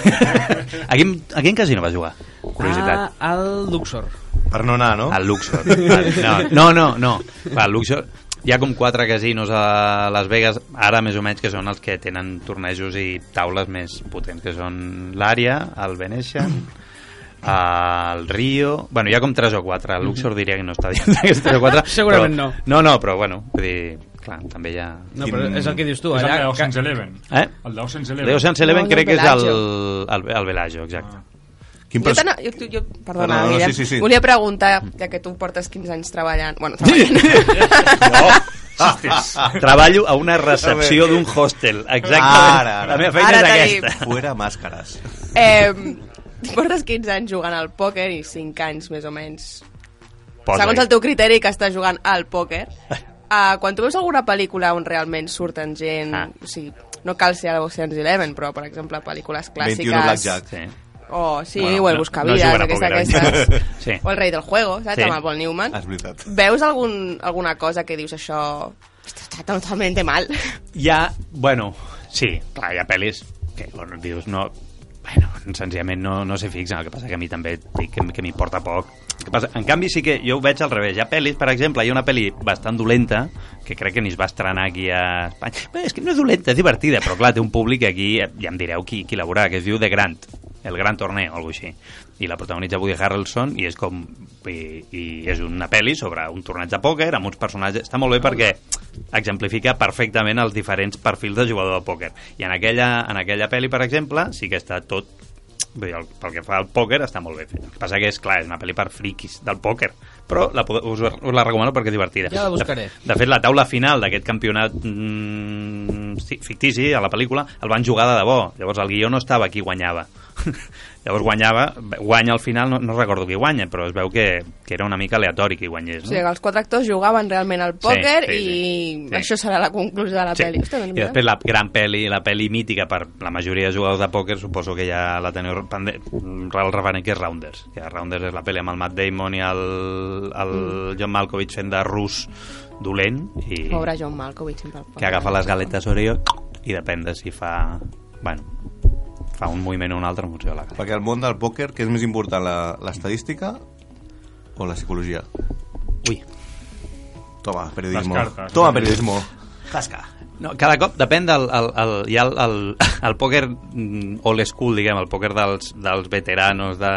S7: a, quin, a quin casino va jugar? Curiositat.
S3: Ah, al Luxor.
S2: Per no anar, no?
S7: Al Luxor. Al- No, no, no. no. Al Luxor hi ha com quatre casinos a Las Vegas, ara més o menys, que són els que tenen tornejos i taules més potents, que són l'àrea, el Venetian, el Rio... Bueno, hi ha com tres o quatre. El Luxor
S2: Mhm.
S7: diria que no està dient [laughs] aquests tres
S2: [laughs]
S7: o quatre.
S3: Segurament
S7: però,
S3: no.
S7: No, no, però bueno, vull dir, clar, també hi ha...
S3: No, però és el que dius tu.
S4: és el de
S3: Allà, ca-
S4: 211.
S7: Eh?
S4: El de 211.
S7: Leo Sanz Eleven
S5: No, no,
S7: crec que és el,
S5: Bellagio.
S7: el, el Bellagio,
S2: Ah.
S7: exacte.
S2: Quin
S5: Jo,
S2: pres-
S5: t'ana- jo, jo, perdona,
S2: No, no, no,
S5: Guillem.
S2: sí, sí, sí.
S5: Volia preguntar, ja que tu portes 15 anys treballant... Bueno, treballant... [laughs]
S7: Ah, Treballo a una recepció d'un hostel, exactament.
S2: Ara, ara.
S7: La meva feina
S5: Ara
S7: és
S5: tenim.
S7: aquesta.
S2: Fuera màscares.
S5: eh, portes 15 anys jugant al pòquer i 5 anys, més o menys,
S7: Posa-hi.
S5: Segons el teu criteri que estàs jugant al pòquer, uh, quan tu veus alguna pel·lícula on realment surten gent...
S7: Ah.
S5: O sigui, no cal ser a Ocean's Eleven, però, per exemple, pel·lícules
S2: 21
S5: clàssiques...
S2: Blackjack.
S7: Sí.
S5: O, sí,
S7: Bueno,
S5: bueno, o el
S7: no-
S5: Buscavides,
S7: no juguen a
S5: no
S7: pòquer,
S5: aquestes,
S7: oi?
S5: aquestes.
S7: eh? [laughs] Sí.
S5: O el Rei del Juego, saps?
S7: Sí. Ah.
S5: Sí. Amb el Paul Newman.
S2: És veritat.
S5: Veus algun, alguna cosa que dius això... Esto está totalmente mal.
S7: Hi ha, bueno, sí, clar, hi ha pel·lis que bueno, dius, no, bueno, senzillament no, no s'hi fixen, el que passa que a mi també dic que, que m'importa poc. El Que passa, en canvi sí que jo ho veig al revés. Hi ha pel·lis, per exemple, hi ha una pel·li bastant dolenta que crec que ni es va estrenar aquí a Espanya. Bé, és que no és dolenta, és divertida, però clar, té un públic que aquí, eh, ja em direu qui, qui la veurà, que es diu The Grant, el gran torneo, o alguna així. I la protagonitza Woody Harrelson i és com... I, i és una pel·li sobre un torneig de pòquer amb uns personatges... Està molt bé perquè exemplifica perfectament els diferents perfils de jugador de pòquer. I en aquella, en aquella pel·li, per exemple, sí que està tot Vull dir, el, pel que fa al pòquer està molt bé fet. El que passa que és, clar, és una pel·li per friquis del pòquer, però la, pode- us, us la recomano perquè és divertida.
S3: Ja la buscaré.
S7: De, de fet, la taula final d'aquest campionat mm, sí, fictici a la pel·lícula el van jugar de debò. Llavors el guió no estava qui guanyava. [laughs] Llavors guanyava, guanya al final, no, no recordo qui guanya, però es veu que, que era una mica aleatori qui
S5: o
S7: guanyés. No?
S5: sigui, que els quatre actors jugaven realment al pòquer
S7: sí, sí.
S5: i
S7: Sí.
S5: això serà la conclusió de la pel·li. Hosta, doncs
S7: I
S5: mira.
S7: després la gran pel·li, la pel·li mítica per la majoria de jugadors de pòquer, suposo que ja la teniu pende- el referent que és Rounders, que Rounders és la pel·li amb el Matt Damon i el, el John Malkovich fent de rus dolent i
S5: Mm. Pobre John Malkovich. sempre al
S7: que
S5: pòquer.
S7: agafa les galetes Oreo i depèn de si fa... Bueno, fa un moviment o un altre en funció de la galeta.
S2: Perquè el món del pòquer, què és més important, la- l'estadística o la psicologia?
S7: Ui,
S2: Toma, periodismo.
S4: Les cartes.
S2: Toma, periodismo. Tasca.
S7: No, cada cop depèn del... El, el, hi ha el, el, el pòquer mm, old school, diguem, el pòquer dels, dels veteranos de,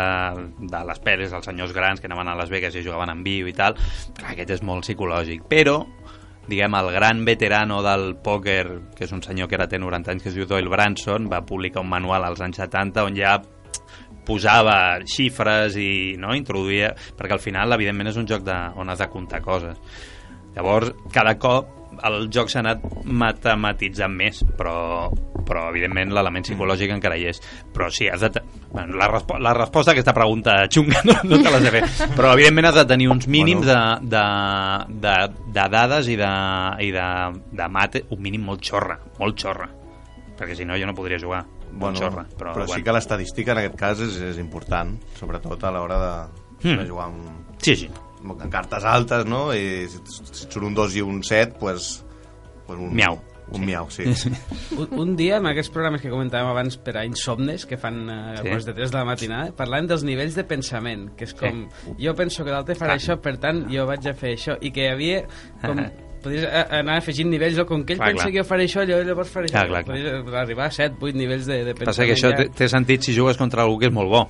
S7: de les peles, dels senyors grans que anaven a Las Vegas i jugaven en viu i tal. Clar, aquest és molt psicològic, però diguem, el gran veterano del pòquer, que és un senyor que ara té 90 anys, que es diu Doyle Branson, va publicar un manual als anys 70 on ja posava xifres i no, introduïa... Perquè al final, evidentment, és un joc de, on has de comptar coses. Llavors, cada cop el joc s'ha anat matematitzant més, però, però evidentment l'element psicològic encara hi és. Però sí, has de... te- Bueno, la, respo la resposta a aquesta pregunta xunga [laughs] no, no te la sé fer, però evidentment has de tenir uns mínims de, de, de, de dades i, de, i de, de mate, un mínim molt xorra, molt xorra, perquè si no jo no podria jugar. Bueno, xorra, però,
S2: però sí
S7: bueno.
S2: que l'estadística en aquest cas és, és important, sobretot a l'hora de,
S7: Hmm.
S2: de jugar amb,
S7: Sí, sí.
S2: amb cartes altes, no? I si, si et surt un 2 i un 7, pues, pues un...
S7: Miau.
S2: Un miau, sí.
S3: Un, un dia, en aquests programes que comentàvem abans per a insomnes, que fan eh,
S7: Sí.
S3: sí. de 3 de la matinada, parlant dels nivells de pensament, que és com, jo penso que l'altre farà
S7: Clar.
S3: això, per tant, jo vaig a fer això, i que hi havia
S7: [laughs]
S3: com... Podies eh, anar afegint nivells, o com que ell
S7: Clar,
S3: pensa
S7: clar.
S3: que jo faré això, llavors llavors faré això.
S7: Clar, clar, clar.
S3: Podies arribar a 7, 8 nivells de, de pensament.
S7: Passa que això
S3: ja.
S7: té, té sentit si jugues contra algú que és molt bo,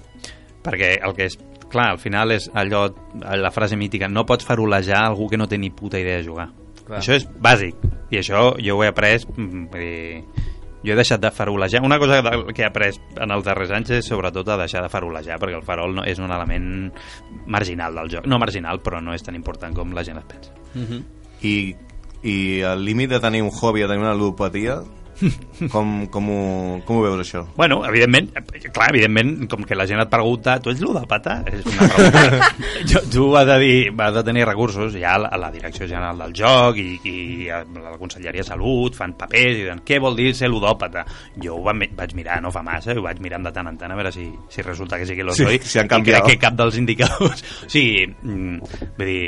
S7: perquè el que és clar, al final és allò, la frase mítica, no pots farolejar algú que no té ni puta idea de jugar.
S3: Clar.
S7: Clar. Això és bàsic, i això jo ho he après, mm, vull dir, jo he deixat de farolejar. Una cosa del- que he après en els darrers anys és sobretot a deixar de farolejar, perquè el farol no, és un element marginal del joc. No marginal, però no és tan important com la gent es pensa.
S2: I, i el límit de tenir un hobby o tenir una ludopatia,
S7: [laughs]
S2: com, com, ho, com ho veus, això?
S7: Bueno, evidentment, eh, clar, evidentment, com que la gent et pregunta, tu ets ludòpata? És una
S2: [laughs]
S7: pregunta. jo, tu has de, dir, has de tenir recursos, hi ha la, la Direcció General del Joc i, i a la Conselleria de Salut, fan papers i diuen, què vol dir ser ludòpata? Jo ho va, vaig mirar, no fa massa, ho vaig mirant de tant en tant a veure si, si resulta que sí que lo
S2: Sí,
S7: soy.
S2: si han
S7: i
S2: canviat.
S7: crec que cap dels indicadors... [laughs] o sigui, mm, vull dir...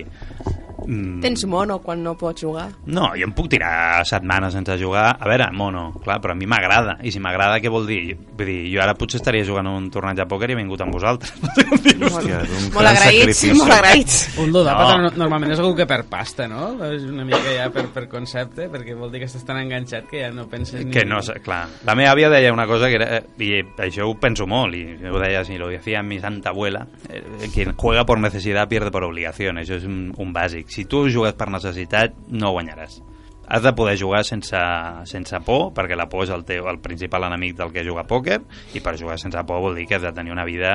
S7: Mm,
S5: Tens mono quan no pots jugar.
S7: no, jo em puc tirar setmanes sense jugar. A veure, mono, clar, però a mi m'agrada. I si m'agrada, què vol dir? Vull dir, jo ara potser estaria jugant a un torneig de pòquer i he vingut amb vosaltres. [laughs]
S2: Hòstia, és un
S5: Molt
S2: gran
S5: agraïts,
S2: sacrifici.
S5: molt agraïts.
S3: Un ludòpata
S7: No.
S3: no. normalment és algú que per pasta, no? És una mica ja per, per concepte, perquè vol dir que estàs tan enganxat que ja no penses ni...
S7: que no, sé, clar. La meva àvia deia una cosa que era... eh, I això ho penso molt, i ho deia, si lo decía mi santa abuela, eh, quien juega por necesidad pierde por obligación. Això és un, un bàsic. Si tu jugues per necessitat, no guanyaràs. Has de poder jugar sense, sense por, perquè la por és el, teu, el principal enemic del que juga a pòquer, i per jugar sense por vol dir que has de tenir una vida...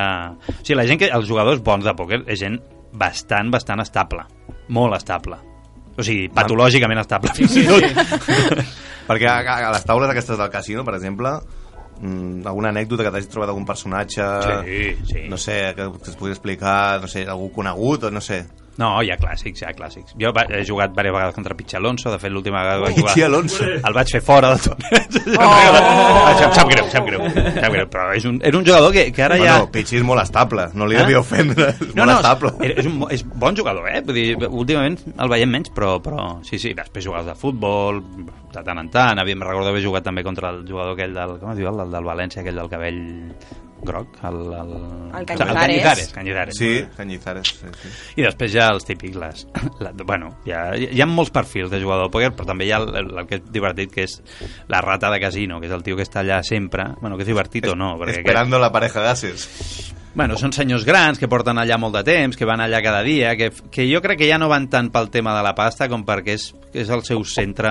S7: O sigui, la gent que, els jugadors bons de pòquer és gent bastant, bastant estable. Molt estable. O sigui, patològicament estable. Sí, sí, sí.
S2: Perquè a, a- a les taules aquestes del casino, per exemple, mm, alguna anècdota que t'hagis trobat algun personatge...
S7: Sí, sí.
S2: No sé, que, que es pugui explicar, no sé, algú conegut o no sé.
S7: No, hi ha clàssics, hi ha clàssics. Jo va- he jugat diverses vegades contra Pitxi Alonso, de fet l'última vegada que vaig jugar...
S2: Pitxi Alonso.
S7: El vaig fer fora del torneig. [laughs] Oh! Em sap greu, em sap greu, em sap greu, però és un, era un jugador que, que ara
S2: Bueno,
S7: ja...
S2: Pichi és molt estable, no li
S7: Eh?
S2: devia ofendre. És
S7: No,
S2: molt
S7: no,
S2: estable.
S7: és, és, un, bo- és bon jugador, eh? Vull dir, últimament el veiem menys, però, però sí, sí, després jugades de futbol, de tant en tant, havíem recordo haver jugat també contra el jugador aquell del, com es diu, el, del- del València, aquell del cabell groc, el... El,
S8: El
S7: Ca-
S8: Cañizares.
S7: Cañizares, Cañizares.
S2: Sí, Cañizares. Sí, sí.
S7: I després ja els típics, les, [coughs] la, bueno, hi ha, hi ha molts perfils de jugador de pòquer, però també hi ha el, el, el que és divertit, que és la rata de casino, que és el tio que està allà sempre, bueno, que és divertit o no, perquè
S2: Esperando la pareja de ases.
S7: aquest, bueno, són senyors grans que porten allà molt de temps, que van allà cada dia, que, que jo crec que ja no van tant pel tema de la pasta com perquè és, és el seu centre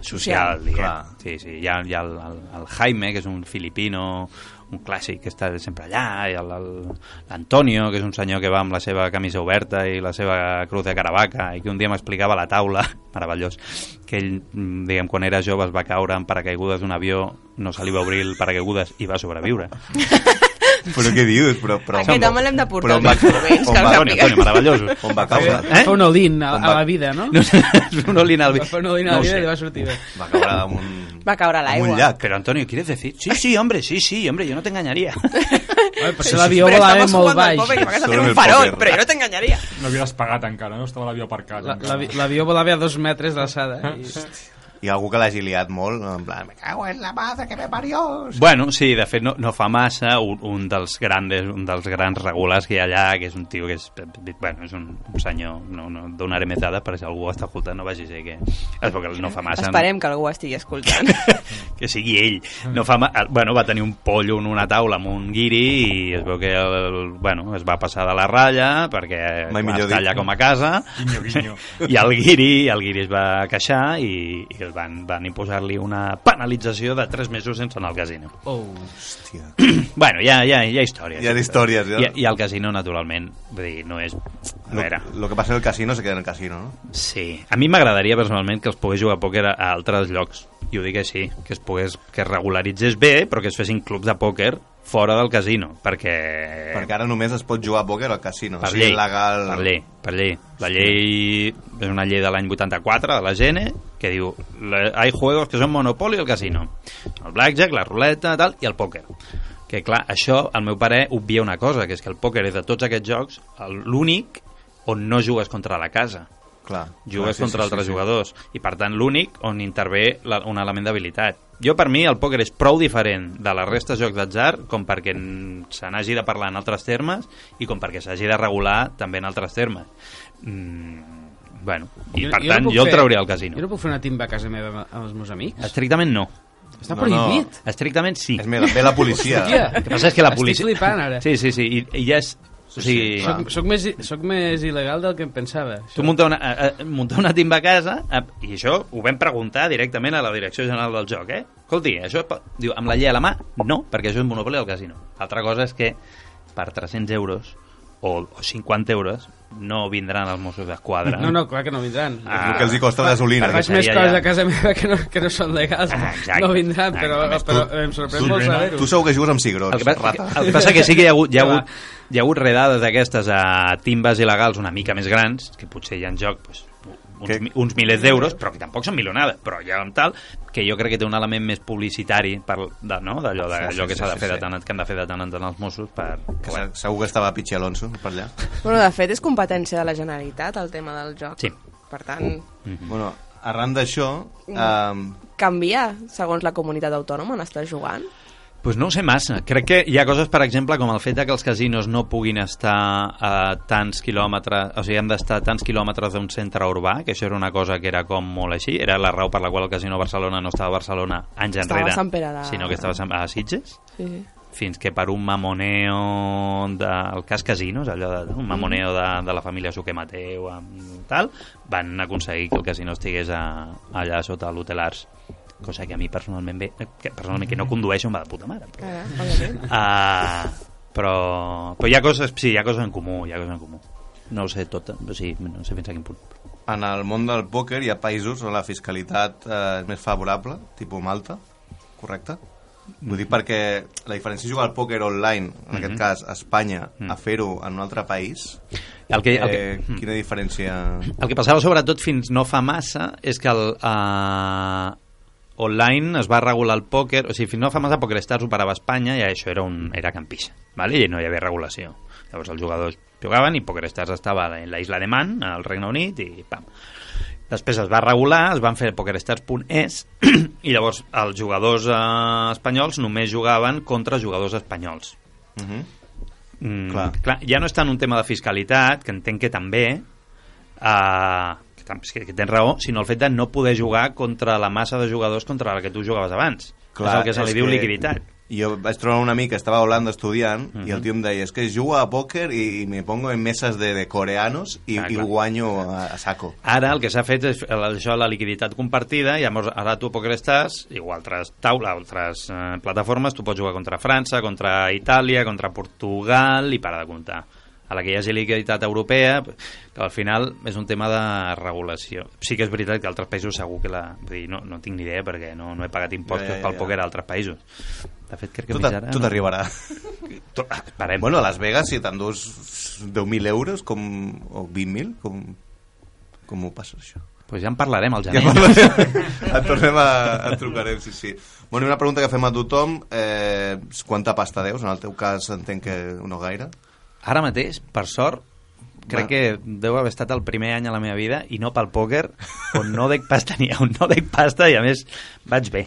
S7: social,
S8: Social,
S7: diguem.
S2: clar.
S7: Sí, sí, hi ha, hi ha el, el, el Jaime, que és un filipino, un clàssic que està sempre allà, i el- el- l'Antonio, que és un senyor que va amb la seva camisa oberta i la seva cruz de caravaca, i que un dia m'explicava a la taula, [laughs] meravellós, que ell, mm, diguem, quan era jove es va caure en paracaigudes d'un avió, no se li va obrir el paracaigudes i va sobreviure.
S2: Però què dius? Però, però,
S8: Aquest home l'hem de portar
S2: on va-
S8: als instruments,
S2: on
S8: que el
S2: va-
S7: Antonio,
S8: sàpiga.
S7: Antonio, meravellós. [laughs]
S2: On va caure?
S3: Fa un olín a,
S2: Com
S3: a
S2: va-
S3: la vida, no?
S7: Eh? No, [laughs] sé, és un olín al vi.
S3: Va fer un olín a la
S7: ho
S3: vida
S7: sé.
S3: i li va sortir bé.
S2: Va caure amb un...
S8: Va caure a
S2: amb
S8: l'aigua.
S2: un llac.
S7: Pero Antonio, ¿quieres decir? Sí, sí, hombre, sí, sí, hombre, yo no te engañaría.
S3: Oi, potser l'avió volava molt baix.
S8: Perquè vas a
S2: Sobre
S8: tenir
S2: el
S8: un farol,
S2: poker.
S8: però jo no t'enganyaria.
S4: No havies pagat encara, no? Estava l'avió aparcat.
S3: La-
S4: encara.
S3: l'avi- L'avió volava a dos metres d'alçada. I...
S2: Hi ha algú que l'hagi liat molt, en plan, me cago en la madre que me parió.
S7: [laughs] Bueno, sí, de fet no, no fa massa un, un dels grandes, un dels grans regulars que hi ha allà, que és un tio que és, bueno, és un, un senyor, no, no donaré més dades per si algú ho està escoltant, no vagi a ser que es veu que no fa massa.
S8: Esperem que algú estigui
S7: [laughs]
S8: escoltant.
S7: que sigui ell. No fa ma... bueno, va tenir un pollo en una taula amb un guiri i es veu que el, el- bueno, es va passar de la ratlla perquè
S2: Mai
S7: clar,
S2: millor
S7: està
S2: dit.
S7: allà com a casa
S4: Guinyo, guinyo.
S7: [laughs] i el guiri, el guiri es va queixar i, i el van, van imposar-li una penalització de 3 mesos sense anar al casino. [clears throat]
S3: Oh.
S2: Hòstia.
S7: Bueno, hi ha, hi ha, hi ha històries.
S2: Hi ha històries, ja.
S7: I, I el casino, naturalment, vull dir, no és... A
S2: Lo,
S7: veure,
S2: lo que passa en el casino se queda en el casino, no?
S7: sí. A mi m'agradaria personalment que els pogués jugar a pòquer a, a altres llocs. I ho dic així, que es pogués, que es regularitzés bé, però que es fessin clubs de pòquer fora del casino, perquè...
S2: Perquè ara només es pot jugar a pòquer al casino.
S7: Eh. per
S2: o sigui,
S7: llei,
S2: legal...
S7: per llei, per llei. La llei és una llei de l'any 84, de la GN, que diu, "Le- hay juegos que són monopoli al casino. El blackjack, la ruleta, tal, i el pòquer. Que clar, això, al meu parer, obvia una cosa, que és que el pòquer és de tots aquests jocs el- l'únic on no jugues contra la casa
S2: Clar.
S7: jugues
S2: Ah, Sí,
S7: contra
S2: sí,
S7: altres
S2: sí, sí.
S7: jugadors i per tant l'únic on intervé la, un element d'habilitat jo per mi el pòquer és prou diferent de la resta de jocs d'atzar com perquè n- se n'hagi de parlar en altres termes i com perquè s'hagi de regular també en altres termes mm, bueno, i per tant
S3: puc
S7: jo el
S3: fer-
S7: trauria al
S3: Jo
S7: casino
S3: no puc fer una timba a casa meva amb- amb els meus amics?
S7: estrictament no
S3: Està
S2: No,
S3: prohibit.
S7: estrictament sí
S2: És més, ve la policia.
S3: Hòstia.
S7: el que passa és que la policia...
S3: Estic flipant, ara.
S7: Sí, sí, sí, i, i ja és... O sigui,
S2: sí, clar.
S3: Soc, soc, més, i- soc més il·legal del que em pensava.
S7: Tu muntar una, a, a, muntar una timba a casa a, i això ho vam preguntar directament a la direcció general del joc, eh? Escolti, això es pot- diu, amb la llei a la mà, no, perquè això és monopoli del casino. Altra cosa és que per 300 euros o, o 50 euros no vindran els Mossos d'Esquadra.
S3: No, no, clar que no vindran.
S7: Ah,
S2: El que els hi costa gasolina.
S7: per
S3: Faig més
S7: seria
S3: coses
S7: ja-
S3: a casa meva que no, que no són legals.
S7: Ah, exacte.
S3: no vindran,
S7: Ah,
S3: però,
S7: només
S3: però
S2: tu-
S3: em sorprèn
S2: tu-
S3: molt saber-ho.
S2: Tu segur que jugues amb cigrons,
S7: El que, pa-
S2: rata.
S7: el que passa que sí que hi ha hagut, hi ha
S2: [laughs]
S3: Va.
S7: hagut, hi ha hagut redades d'aquestes a timbes il·legals una mica més grans, que potser hi ha en joc pues, uns,
S2: Que-
S7: mi- uns milers d'euros, però que tampoc són milionades, però ja amb tal, que jo crec que té un element més publicitari per, de, no? d'allò
S2: Ah,
S7: de, allò que s'ha de fer de tant en- que han de fer de tant en tant els Mossos per...
S2: Que se- segur que estava Pichi Alonso per allà.
S5: Bueno, de fet, és competència de la Generalitat el tema del joc.
S7: Sí.
S5: Per tant,
S7: Mhm.
S2: Bueno, arran d'això, um,
S5: canviar segons la comunitat autònoma on estàs jugant.
S7: Pues no ho sé massa. Crec que hi ha coses, per exemple, com el fet de que els casinos no puguin estar a tants quilòmetres, o sigui, han d'estar a tants quilòmetres d'un centre urbà, que això era una cosa que era com molt així, era la raó per la qual el casino Barcelona no estava a Barcelona anys
S5: Estava
S7: enrere,
S5: a Sant Pere de-
S7: sinó que estava a Sant- a Sitges
S5: Sí, sí.
S7: fins que per un mamoneo del cas casinos, allò de, un mamoneo de, de la família Suquer Mateu amb tal, van aconseguir que el casino estigués a, allà sota l'hotel Arts cosa que a mi personalment ve, que, personalment que no condueixo em va de puta mare però,
S5: Ah, òbviament.
S7: Ah, però, però hi ha coses, sí, hi ha coses en comú, hi ha coses en comú. No ho sé tot, o sigui, no sé fins a quin punt.
S2: en el món del pòquer hi ha països on la fiscalitat eh, és més favorable, tipus Malta, correcte? Ho
S7: Mhm.
S2: dic perquè la diferència de jugar al pòquer online, en aquest cas a Espanya, a fer-ho en un altre país,
S7: El Mhm. que, el que,
S2: eh,
S7: mm.
S2: quina diferència...
S7: el que passava sobretot fins no fa massa és que el, eh, online es va regular el pòquer, o sigui, fins no fa massa PokerStars superava Espanya i això era, un, era campixa, ¿vale? i no hi havia regulació. Llavors els jugadors jugaven i PokerStars estava en la Isla de Man, al Regne Unit, i pam. Després es va regular, es van fer PokerStars.es [clears throat] i llavors els jugadors eh, espanyols només jugaven contra jugadors espanyols.
S2: Uh -huh.
S7: Mm, clar.
S2: Clar.
S7: clar. Ja no està en un tema de fiscalitat, que entenc que també, eh, que, tam- que, que tens raó, sinó el fet de no poder jugar contra la massa de jugadors contra la que tu jugaves abans. Clar, és el que se li diu liquiditat. Mhm.
S2: Jo vaig trobar un amic que estava a Holanda estudiant i el tio em deia, és es que jugo a pòquer i, i me pongo en meses de, de coreanos i,
S7: Ah,
S2: i
S7: clar.
S2: guanyo a, a saco.
S7: Ara el que s'ha fet és el- això, la liquiditat compartida, i llavors ara tu a PokerStars o altres taula, altres eh, plataformes, tu pots jugar contra França, contra Itàlia, contra Portugal i para de comptar. A la que hi hagi liquiditat europea, que al final és un tema de regulació. Sí que és veritat que a altres països segur que la... Vull dir, no, no tinc ni idea perquè no, no he pagat impostos
S2: Ja, ja,
S7: pel
S2: ja.
S7: pòquer a altres països. De fet, crec que
S2: Tot,
S7: fins
S2: a,
S7: ara...
S2: tot
S7: no.
S2: arribarà.
S7: Tot, ah, esperem.
S2: Bueno, a Las Vegas, si t'endús 10.000 euros com, o 20.000, com, com ho passa això?
S7: pues ja en parlarem al
S2: Ja
S7: gener.
S2: parlarem. et tornem a, et trucarem, sí, sí. Bueno, i una pregunta que fem a tothom, eh, quanta pasta deus? En el teu cas entenc que no gaire.
S7: Ara mateix, per sort, crec que deu haver estat el primer any a la meva vida, i no pel pòquer, on no dec pas tenia un no dec pasta, i a més vaig bé.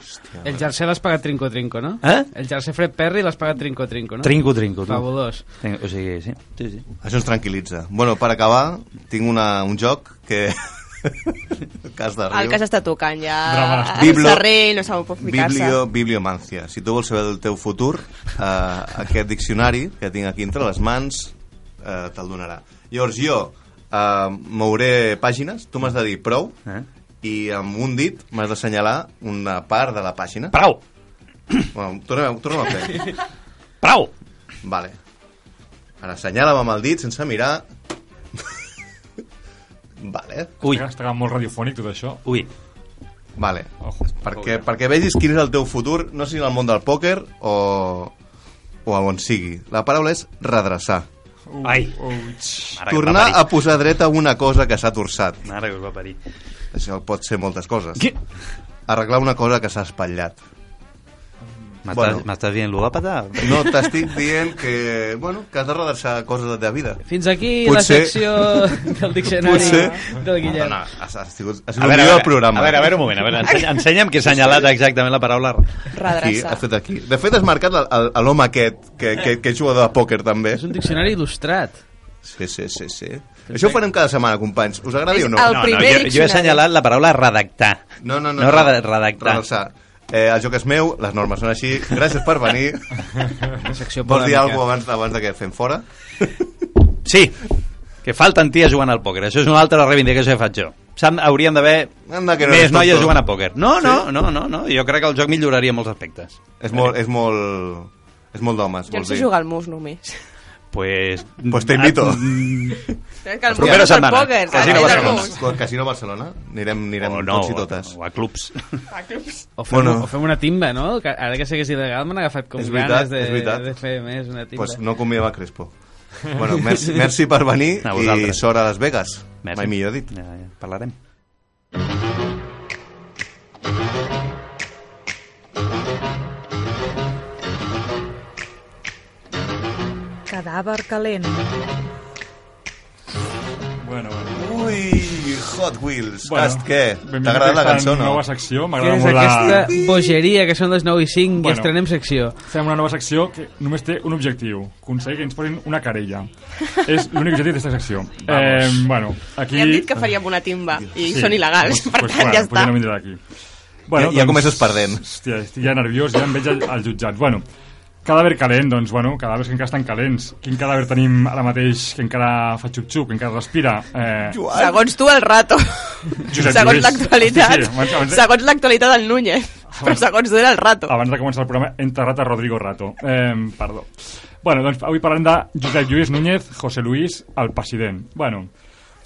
S3: El jersey l'has pagat trinco-trinco, no?
S7: Eh?
S3: El jersey Fred Perry l'has pagat trinco-trinco, no?
S7: Trinco, trinco. tu.
S3: Fabulós.
S7: Trinco, o sigui, sí. sí, sí.
S2: Això ens tranquil·litza. Bueno, per acabar, tinc una, un joc que... [laughs] cas de riu.
S5: El que s'està tocant ja...
S4: Drama.
S2: Biblo-
S5: Biblo... Serrell, no sap on ficar-se.
S2: Biblio, bibliomància. Si tu vols saber del teu futur, eh, aquest diccionari que tinc aquí entre les mans eh, te'l donarà. Llavors jo eh, mouré pàgines, tu m'has de dir prou,
S7: Eh?
S2: i amb un dit m'has d'assenyalar una part de la pàgina.
S7: Prou!
S2: Bueno, tornem, tornem a fer.
S7: Prou!
S2: Vale. Ara assenyala'm amb el dit sense mirar. [laughs] vale.
S7: Ui,
S4: Estarà molt radiofònic tot això.
S7: ui.
S2: Vale.
S4: Ojo.
S2: Perquè, perquè vegis quin és el teu futur, no sé si en el món del pòquer o, o a on sigui. La paraula és redreçar.
S7: Ai.
S4: Ouch.
S7: Mare que us va
S2: Tornar
S7: parir.
S2: a posar dreta una cosa que s'ha torçat.
S7: Mare que us va parir.
S2: Això pot ser moltes coses.
S7: Qui?
S2: Arreglar una cosa que s'ha espatllat.
S7: M'estàs
S2: Bueno.
S7: bueno. dient ludòpata?
S2: No t'estic dient que, bueno, que has de redreçar coses de la teva vida.
S3: Fins aquí
S2: Potser-
S3: la secció del diccionari
S2: Potser-
S3: del Guillem.
S2: Perdona, has, has, sigut, has sigut el millor del programa. eh?
S7: a veure, a veure un moment, a veure, ensenya, ensenya'm que he assenyalat exactament la paraula.
S2: Aquí,
S5: Redreçar.
S2: has fet aquí. De fet, has marcat el- el- el- l'home aquest, que, que, que és jugador de pòquer, també.
S3: És un diccionari il·lustrat.
S2: Sí, sí, sí, sí. Això ho farem cada setmana, companys. Us agradi o no?
S5: el
S7: No, no,
S5: primer
S7: jo, jo he
S5: diccionari.
S7: assenyalat la paraula redactar.
S2: No, no, no.
S7: No, reda- redactar.
S2: Redreçar. Eh, el joc és meu, les normes són així. Gràcies per venir.
S3: Secció
S2: Vols dir
S3: polèmica.
S2: alguna cosa abans, abans de que et fem fora?
S7: Sí, que falten ties jugant al pòquer. Això és una altra reivindicació que faig jo. Sam, hauríem d'haver
S2: Anda, que no
S7: més
S2: eres
S7: noies
S2: tonto.
S7: jugant a pòquer. No, no, no, no, no. Jo crec que el joc milloraria en molts aspectes.
S2: És molt... És molt... És molt d'homes,
S5: Jo no
S2: vols
S5: sé
S2: dir.
S5: jugar al mus només.
S7: Pues... mm,
S2: Pues te invito.
S5: És que el
S7: Propera
S5: mus és el
S7: setmana.
S5: pòquer,
S7: Casino
S5: saps? És el
S7: Barcelona.
S5: mus.
S2: Al Casino Barcelona. Anirem, anirem
S7: o Oh, no,
S2: tots i totes.
S7: o, o a clubs.
S3: O
S2: Bueno.
S3: fem, bueno. o fem una timba, no? Que ara que sé que és il·legal m'han agafat com
S2: És veritat,
S3: ganes
S2: és
S3: de,
S2: veritat.
S3: de fer més una timba.
S2: pues no convidem a Crespo. Bueno,
S7: [laughs]
S2: merci, merci per venir
S7: A
S2: i
S7: vosaltres.
S2: sort a Las Vegas.
S7: Merci.
S2: Mai millor dit.
S7: Ja, ja, parlarem.
S9: Cadàver calent.
S4: Bueno, bueno.
S2: Ui, Hot Wheels. Bueno, Cast, què?
S4: benvingut
S2: T'ha agradat la
S4: a aquesta
S2: cançó, no?
S4: Nova secció,
S3: Què
S4: m'agrada
S3: és
S4: molt la...
S3: aquesta bogeria que són les 9 i 5
S4: Bueno.
S3: i estrenem secció?
S4: Fem una nova secció que només té un objectiu, aconseguir que ens posin una querella. és l'únic objectiu d'aquesta
S2: [laughs]
S4: secció. Eh, bueno, aquí...
S5: Li han dit que faríem una timba i són il·legals, per
S4: pues, bueno, Pues
S5: tant ja està.
S4: ja no vindré d'aquí. Bueno, doncs-
S2: Ja- ja comences perdent.
S4: Hòstia, estic ja nerviós, ja em veig al, al jutjat. Bueno, cadàver calent, doncs, bueno, cadàvers que encara estan calents. Quin cadàver tenim ara mateix que encara fa xup-xup, que encara respira? Eh,
S5: Segons tu, el rato.
S4: Josep
S5: segons
S4: Lluís.
S5: l'actualitat.
S4: Sí, doncs- Ah. sí, abans- abans-
S5: Segons l'actualitat del Núñez. Però segons tu era el rato.
S4: abans de començar el programa, he enterrat a Rodrigo Rato. Eh, perdó. Bueno, doncs avui parlem de Josep Lluís Núñez, José Luis, el president. Bueno,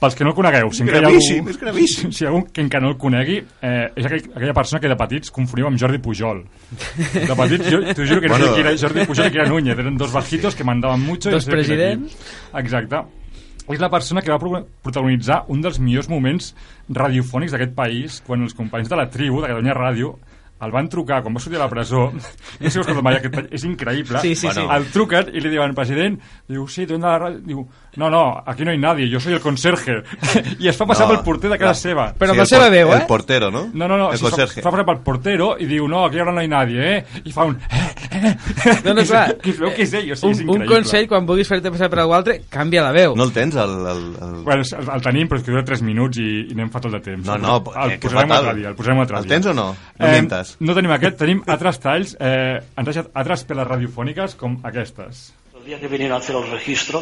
S4: pels que no el conegueu, si encara hi ha
S2: gravíssim,
S4: algú,
S2: és gravíssim.
S4: [laughs] si hi ha algú que encara no el conegui, eh, és aquell, aquella persona que de petits confoníeu amb Jordi Pujol. De petits, jo t'ho juro que no
S2: Bueno.
S4: bueno. que era Jordi Pujol i que era Núñez, eren dos bajitos que mandaven mucho. i no
S3: Dos
S4: sé qui era qui.
S3: presidents.
S4: Exacte. És la persona que va pro- protagonitzar un dels millors moments radiofònics d'aquest país quan els companys de la tribu de Catalunya Ràdio el van trucar quan va sortir de la presó no sé si us acordo mai, aquest, pa- és increïble
S3: Sí, sí, sí.
S4: el truquen i li diuen president diu, sí, tu ets de la ràdio diu, no, no, aquí no hi nadie, jo soy el conserje [laughs] i es fa passar
S2: No,
S4: pel porter de casa
S2: no.
S4: seva
S3: Però
S2: Sí,
S3: amb la
S2: el
S3: seva
S2: por-
S3: veu, eh?
S2: El portero, no?
S4: no, no, no,
S2: El
S4: sí, fa,
S2: conserje.
S4: fa passar pel portero i diu, no, aquí ara no hi nadie, eh? I fa un...
S3: No, no,
S4: [laughs]
S3: clar.
S4: Que es veu que és ell, o sigui,
S3: Un,
S4: és
S3: un
S4: increïble.
S3: consell, quan vulguis fer-te passar per algú altre, canvia la veu.
S2: No el tens, el... el, el...
S4: Bueno, el, el tenim, però és que dura 3 minuts i, i anem fatal de temps.
S2: No, no,
S4: el,
S2: eh, que
S4: posarem un
S2: fatal.
S4: altre dia, el posarem un altre
S2: El
S4: dia.
S2: tens o no? No mientes.
S4: no tenim aquest, tenim altres talls, eh, ens ha deixat altres peles radiofòniques com aquestes.
S9: El día que vinieron a hacer el registro,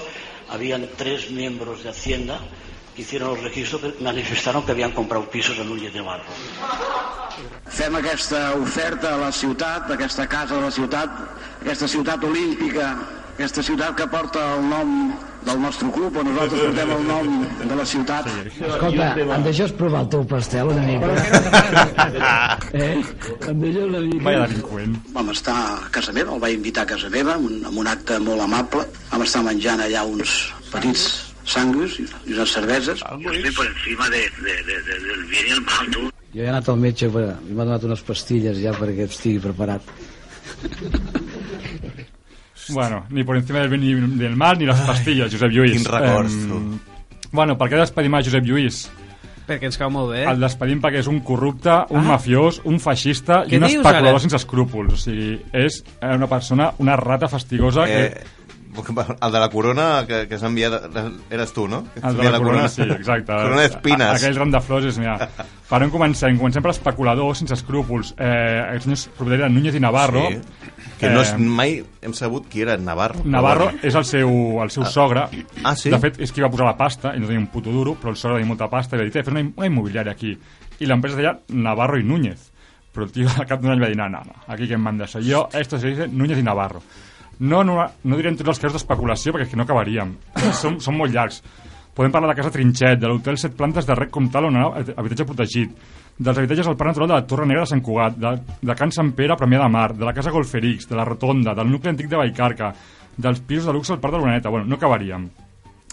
S9: habían tres miembros de Hacienda que hicieron el registro que manifestaron que habían comprado pisos en Núñez de Barro. Fem aquesta oferta a la ciutat, a aquesta casa de la ciutat, aquesta ciutat olímpica, aquesta ciutat que porta el nom del nostre club, on nosaltres portem el nom de la ciutat. Escolta, em deixes provar el teu pastel una mica? Eh? Em deixes una
S4: Vaya delinqüent.
S9: Vam estar a casa meva, el vaig invitar a casa meva un, amb un acte molt amable. Vam estar menjant allà uns petits sangres i i unes cerveses. Jo he anat al metge, per, m'ha donat unes pastilles ja perquè estigui preparat.
S4: Bueno, ni por encima del bien ni del mal, ni les pastilles, Josep Lluís.
S2: quins records,
S4: Em,
S2: tu.
S4: Bueno, per què despedim a Josep Lluís?
S3: Perquè ens cau molt bé.
S4: El despedim perquè és un corrupte, un
S3: Eh? Ah.
S4: mafiós, un feixista
S3: Què
S4: i un
S3: dius,
S4: especulador
S3: ara?
S4: sense escrúpols. O sigui, és eh, una persona, una rata fastigosa
S2: Eh, el de la corona que, que s'ha enviat eres tu, no? Que
S4: que... El de
S2: s'envia
S4: la corona, sí, exacte.
S2: Corona d'espines.
S4: A- Aquell ram de flors és, mira, per on comencem? Comencem per especulador, sense escrúpols. Eh, el senyor és propietari de Núñez i Navarro. eh,
S2: Sí. Que no és, mai hem sabut qui era Navarro.
S4: Navarro és el seu, el seu
S2: Ah.
S4: sogre.
S2: Ah, sí?
S4: De fet, és qui va posar la pasta, i no tenia un puto duro, però el sogre tenia molta pasta, i va dir, "Té, fes una, im- una immobiliària aquí. I l'empresa es deia Navarro i Núñez. Però el tio al cap d'un any va dir, no, no, no, aquí que em manda això. Jo, esto se dice Núñez i Navarro. No, no, no direm tots els casos d'especulació, perquè és que no acabaríem. són, són molt llargs. Podem parlar de Casa Trinxet, de l'hotel Set Plantes de Rec Comtal, on eh, habitatge protegit, dels habitatges al Parc Natural de la Torre Negra de Sant Cugat, de, de Can Sant Pere a Premià de Mar, de la Casa Golferix, de la Rotonda, del nucli antic de Vallcarca, dels pisos de luxe al Parc de l'Uneta. Bueno, no acabaríem.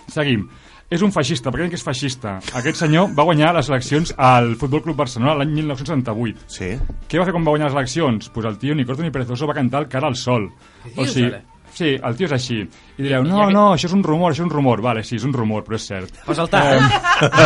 S4: Seguim. És un feixista, per què dic que és feixista? Aquest senyor va guanyar les eleccions al Futbol Club Barcelona l'any 1978.
S2: Sí.
S4: Què va fer quan va guanyar les eleccions? Pues el tio ni corto ni perezoso va cantar el cara al sol.
S3: dius,
S4: O sigui,
S3: ara?
S4: sí, el tio és així. I direu, no, no, això és un rumor, això és un rumor. Vale, sí, és un rumor, però és cert.
S3: Posa el tall.
S4: Eh.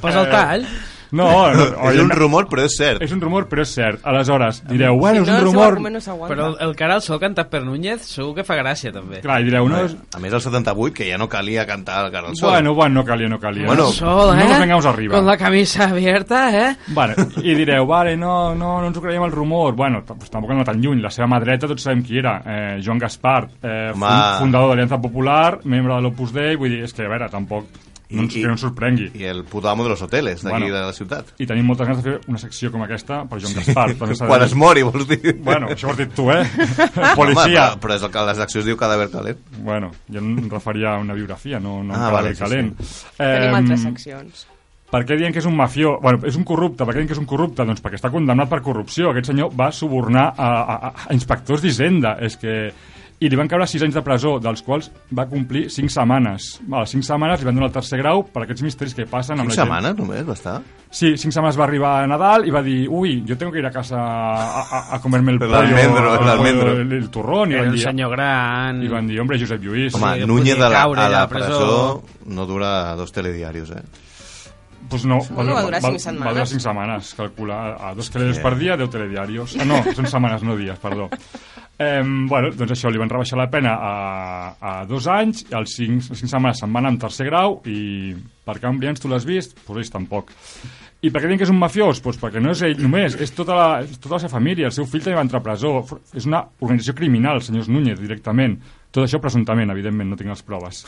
S3: Posa el tall.
S4: No, Eh,
S2: [laughs]
S4: no,
S2: és un rumor, però és cert.
S4: És un rumor, però és cert. Aleshores, direu,
S3: Si
S4: bueno, és
S3: no,
S4: un
S3: el seu
S4: rumor...
S3: argument
S5: no s'aguanta.
S3: Però el, el cara al sol cantat per Núñez segur que fa gràcia, també.
S4: Clar, i direu, no, és-
S2: A més, el 78, que ja no calia cantar el Carol Sol.
S4: Bueno, bueno, no calia, no calia.
S2: Bueno,
S3: Sol, eh?
S4: No nos vengamos arriba.
S3: Con la camisa abierta, eh?
S4: Vale, i direu, vale, no, no, no ens ho creiem el rumor. Bueno, t- pues, tampoc no tan lluny. La seva mà dreta tots sabem qui era. Eh, Joan Gaspar, eh, fun-
S2: Home.
S4: fundador de l'Aliança Popular, membre de l'Opus Dei, vull dir, és que, a veure, tampoc no ens,
S2: I- i-
S4: que no ens sorprengui.
S2: I el puto amo de los hoteles d'aquí
S4: Bueno.
S2: de la ciutat.
S4: I tenim moltes ganes de fer una secció com aquesta per Joan Gaspar.
S2: [laughs]
S4: també s'ha de
S2: Quan
S4: dir.
S2: es mori, vols dir?
S4: doncs,
S2: [laughs]
S4: Bueno, això ho has dit tu, eh?
S2: Home,
S4: Policia.
S2: però, però és el que a les accions diu cadáver calent.
S4: Bueno, jo em referia a una biografia, no, no
S2: Ah,
S4: ah,
S2: vale,
S4: vale,
S2: sí,
S4: calent.
S5: Tenim
S4: Em,
S5: altres seccions.
S4: Per què diuen que és un mafió? Bueno, és un corrupte. Per què diuen que és un corrupte? Doncs perquè està condemnat per corrupció. Aquest senyor va subornar a, a, a inspectors d'Hisenda. És que... I li van caure 6 anys de presó, dels quals va complir 5 setmanes. A les 5 setmanes li van donar el tercer grau per aquests misteris que passen amb
S2: Una
S4: la gent.
S2: setmana només va estar?
S4: Sí, 5 setmanes va arribar a Nadal i va dir ui, jo tengo que ir a casa a, a, a comer-me el
S2: El
S4: pollo,
S2: almendro, el
S4: el,
S2: almendro.
S4: el, el turrón. I
S3: Era
S4: van,
S3: un
S4: dir,
S3: senyor gran.
S4: I van dir, hombre, Josep Lluís.
S2: Home,
S3: que
S2: Núñez
S3: podia
S2: a la,
S3: caure
S2: a
S3: allà
S2: la
S3: a la presó.
S2: presó no dura dos telediaris, eh?
S4: Pues Doncs no, va,
S8: No, va durar cinc
S4: Va
S8: setmanes.
S4: durar cinc setmanes, calcula. A dos telediaris per dia, deu telediarios. Ah, no, són setmanes, no dies, perdó. Eh, bueno, doncs això, li van rebaixar la pena a, a dos anys, i als cinc, cinc setmanes se'n van anar amb tercer grau, i per Cambrians tu l'has vist? Doncs pues ells tampoc. I per què diuen que és un mafiós? Doncs perquè no és ell només, és tota la, és tota la seva família, el seu fill també va entrar a presó. És una organització criminal, senyors Núñez, directament. Tot això presumptament, evidentment, no tinc les proves.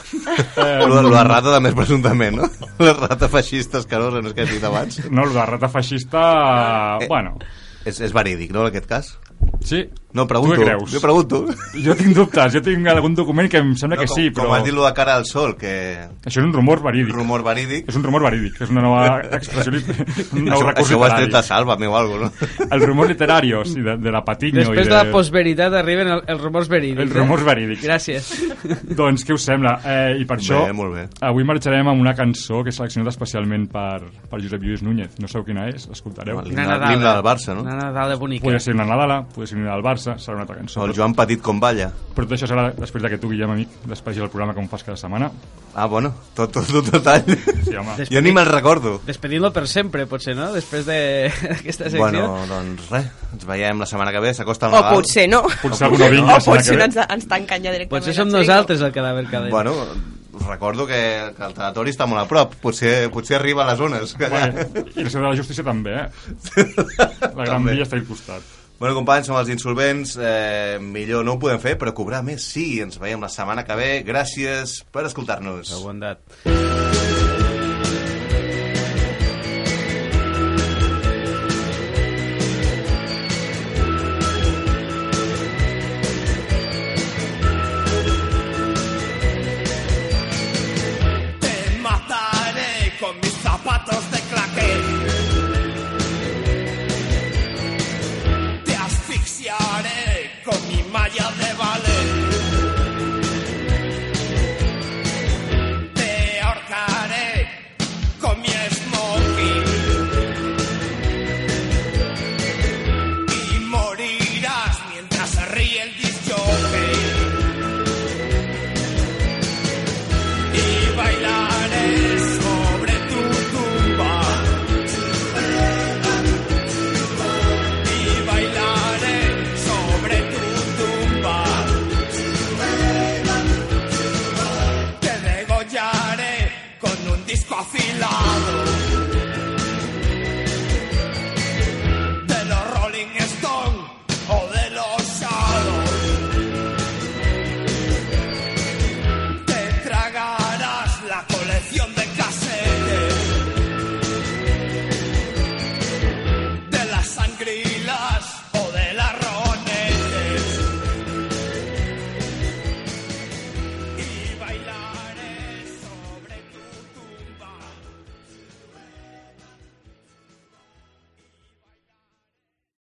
S4: Eh,
S2: La, la rata de més presumptament, no? [laughs] La rata feixista escarosa, no és que has dit abans.
S4: no, el de rata feixista...
S2: Eh,
S4: bueno,
S2: És, és verídic, no, en aquest cas?
S4: Sí.
S2: No, pregunto.
S4: Tu què creus?
S2: Jo pregunto.
S4: Jo tinc dubtes, jo tinc algun document que em sembla
S2: No,
S4: que
S2: com,
S4: sí, però...
S2: Com has dit lo de cara al sol, que...
S4: Això és un rumor verídic.
S2: Rumor verídic.
S4: És un rumor verídic, és una nova
S2: [laughs]
S4: expressió, lit- un nou
S2: això,
S4: recurs
S2: això ho has tret de
S4: literari.
S2: Sálvame o algo,
S4: [laughs]
S2: no?
S4: El rumor literari, o sigui, de, de la Patiño
S3: Després
S4: i de...
S3: de la postveritat arriben el- els rumors verídics.
S4: Els rumors
S3: eh?
S2: [laughs]
S4: verídics.
S3: Gràcies.
S4: Doncs què us sembla? Eh, I per això
S2: Bé, molt bé.
S4: avui marxarem amb una cançó que he seleccionat especialment per, per Josep Lluís Núñez. No sabeu quina és, l'escoltareu.
S2: Vale.
S3: Una
S2: L'himne-
S3: Nadala.
S2: l'himne del Barça, no?
S3: Una Nadala bonica.
S4: Podria ser una Nadala, podria ser una del Barça, serà una altra cançó.
S2: O el Joan Petit com balla.
S4: Però tot això serà després de que tu, Guillem, amic, despegis el programa com fas cada setmana.
S2: Ah, bueno, tot, tot, tot, tot tall. [laughs]
S4: Sí, home.
S2: Jo ni me'l recordo.
S3: Despedint-lo per sempre, potser, no? Després de- [laughs] d'aquesta secció.
S2: Bueno, doncs res, ens veiem la setmana que ve, s'acosta el
S8: O
S2: Nadal.
S8: potser no.
S4: Potser algú no
S2: Oh,
S4: vingui
S8: o
S4: la setmana que
S8: potser
S4: ve.
S8: ens, ens tanquen ja directament.
S3: potser som
S8: al xiringuito.
S3: nosaltres el cadàver calent.
S2: Bueno, us recordo que, que el tanatori està molt a prop, potser, potser arriba a les zones. [laughs]
S4: Bueno, I la ciutat de la justícia també, eh? La Gran
S2: També.
S4: Via està al costat.
S2: Bueno, companys, som els insolvents. Eh, millor no ho podem fer, però cobrar més sí. Ens veiem la setmana que ve. Gràcies per escoltar-nos.
S3: Bondat.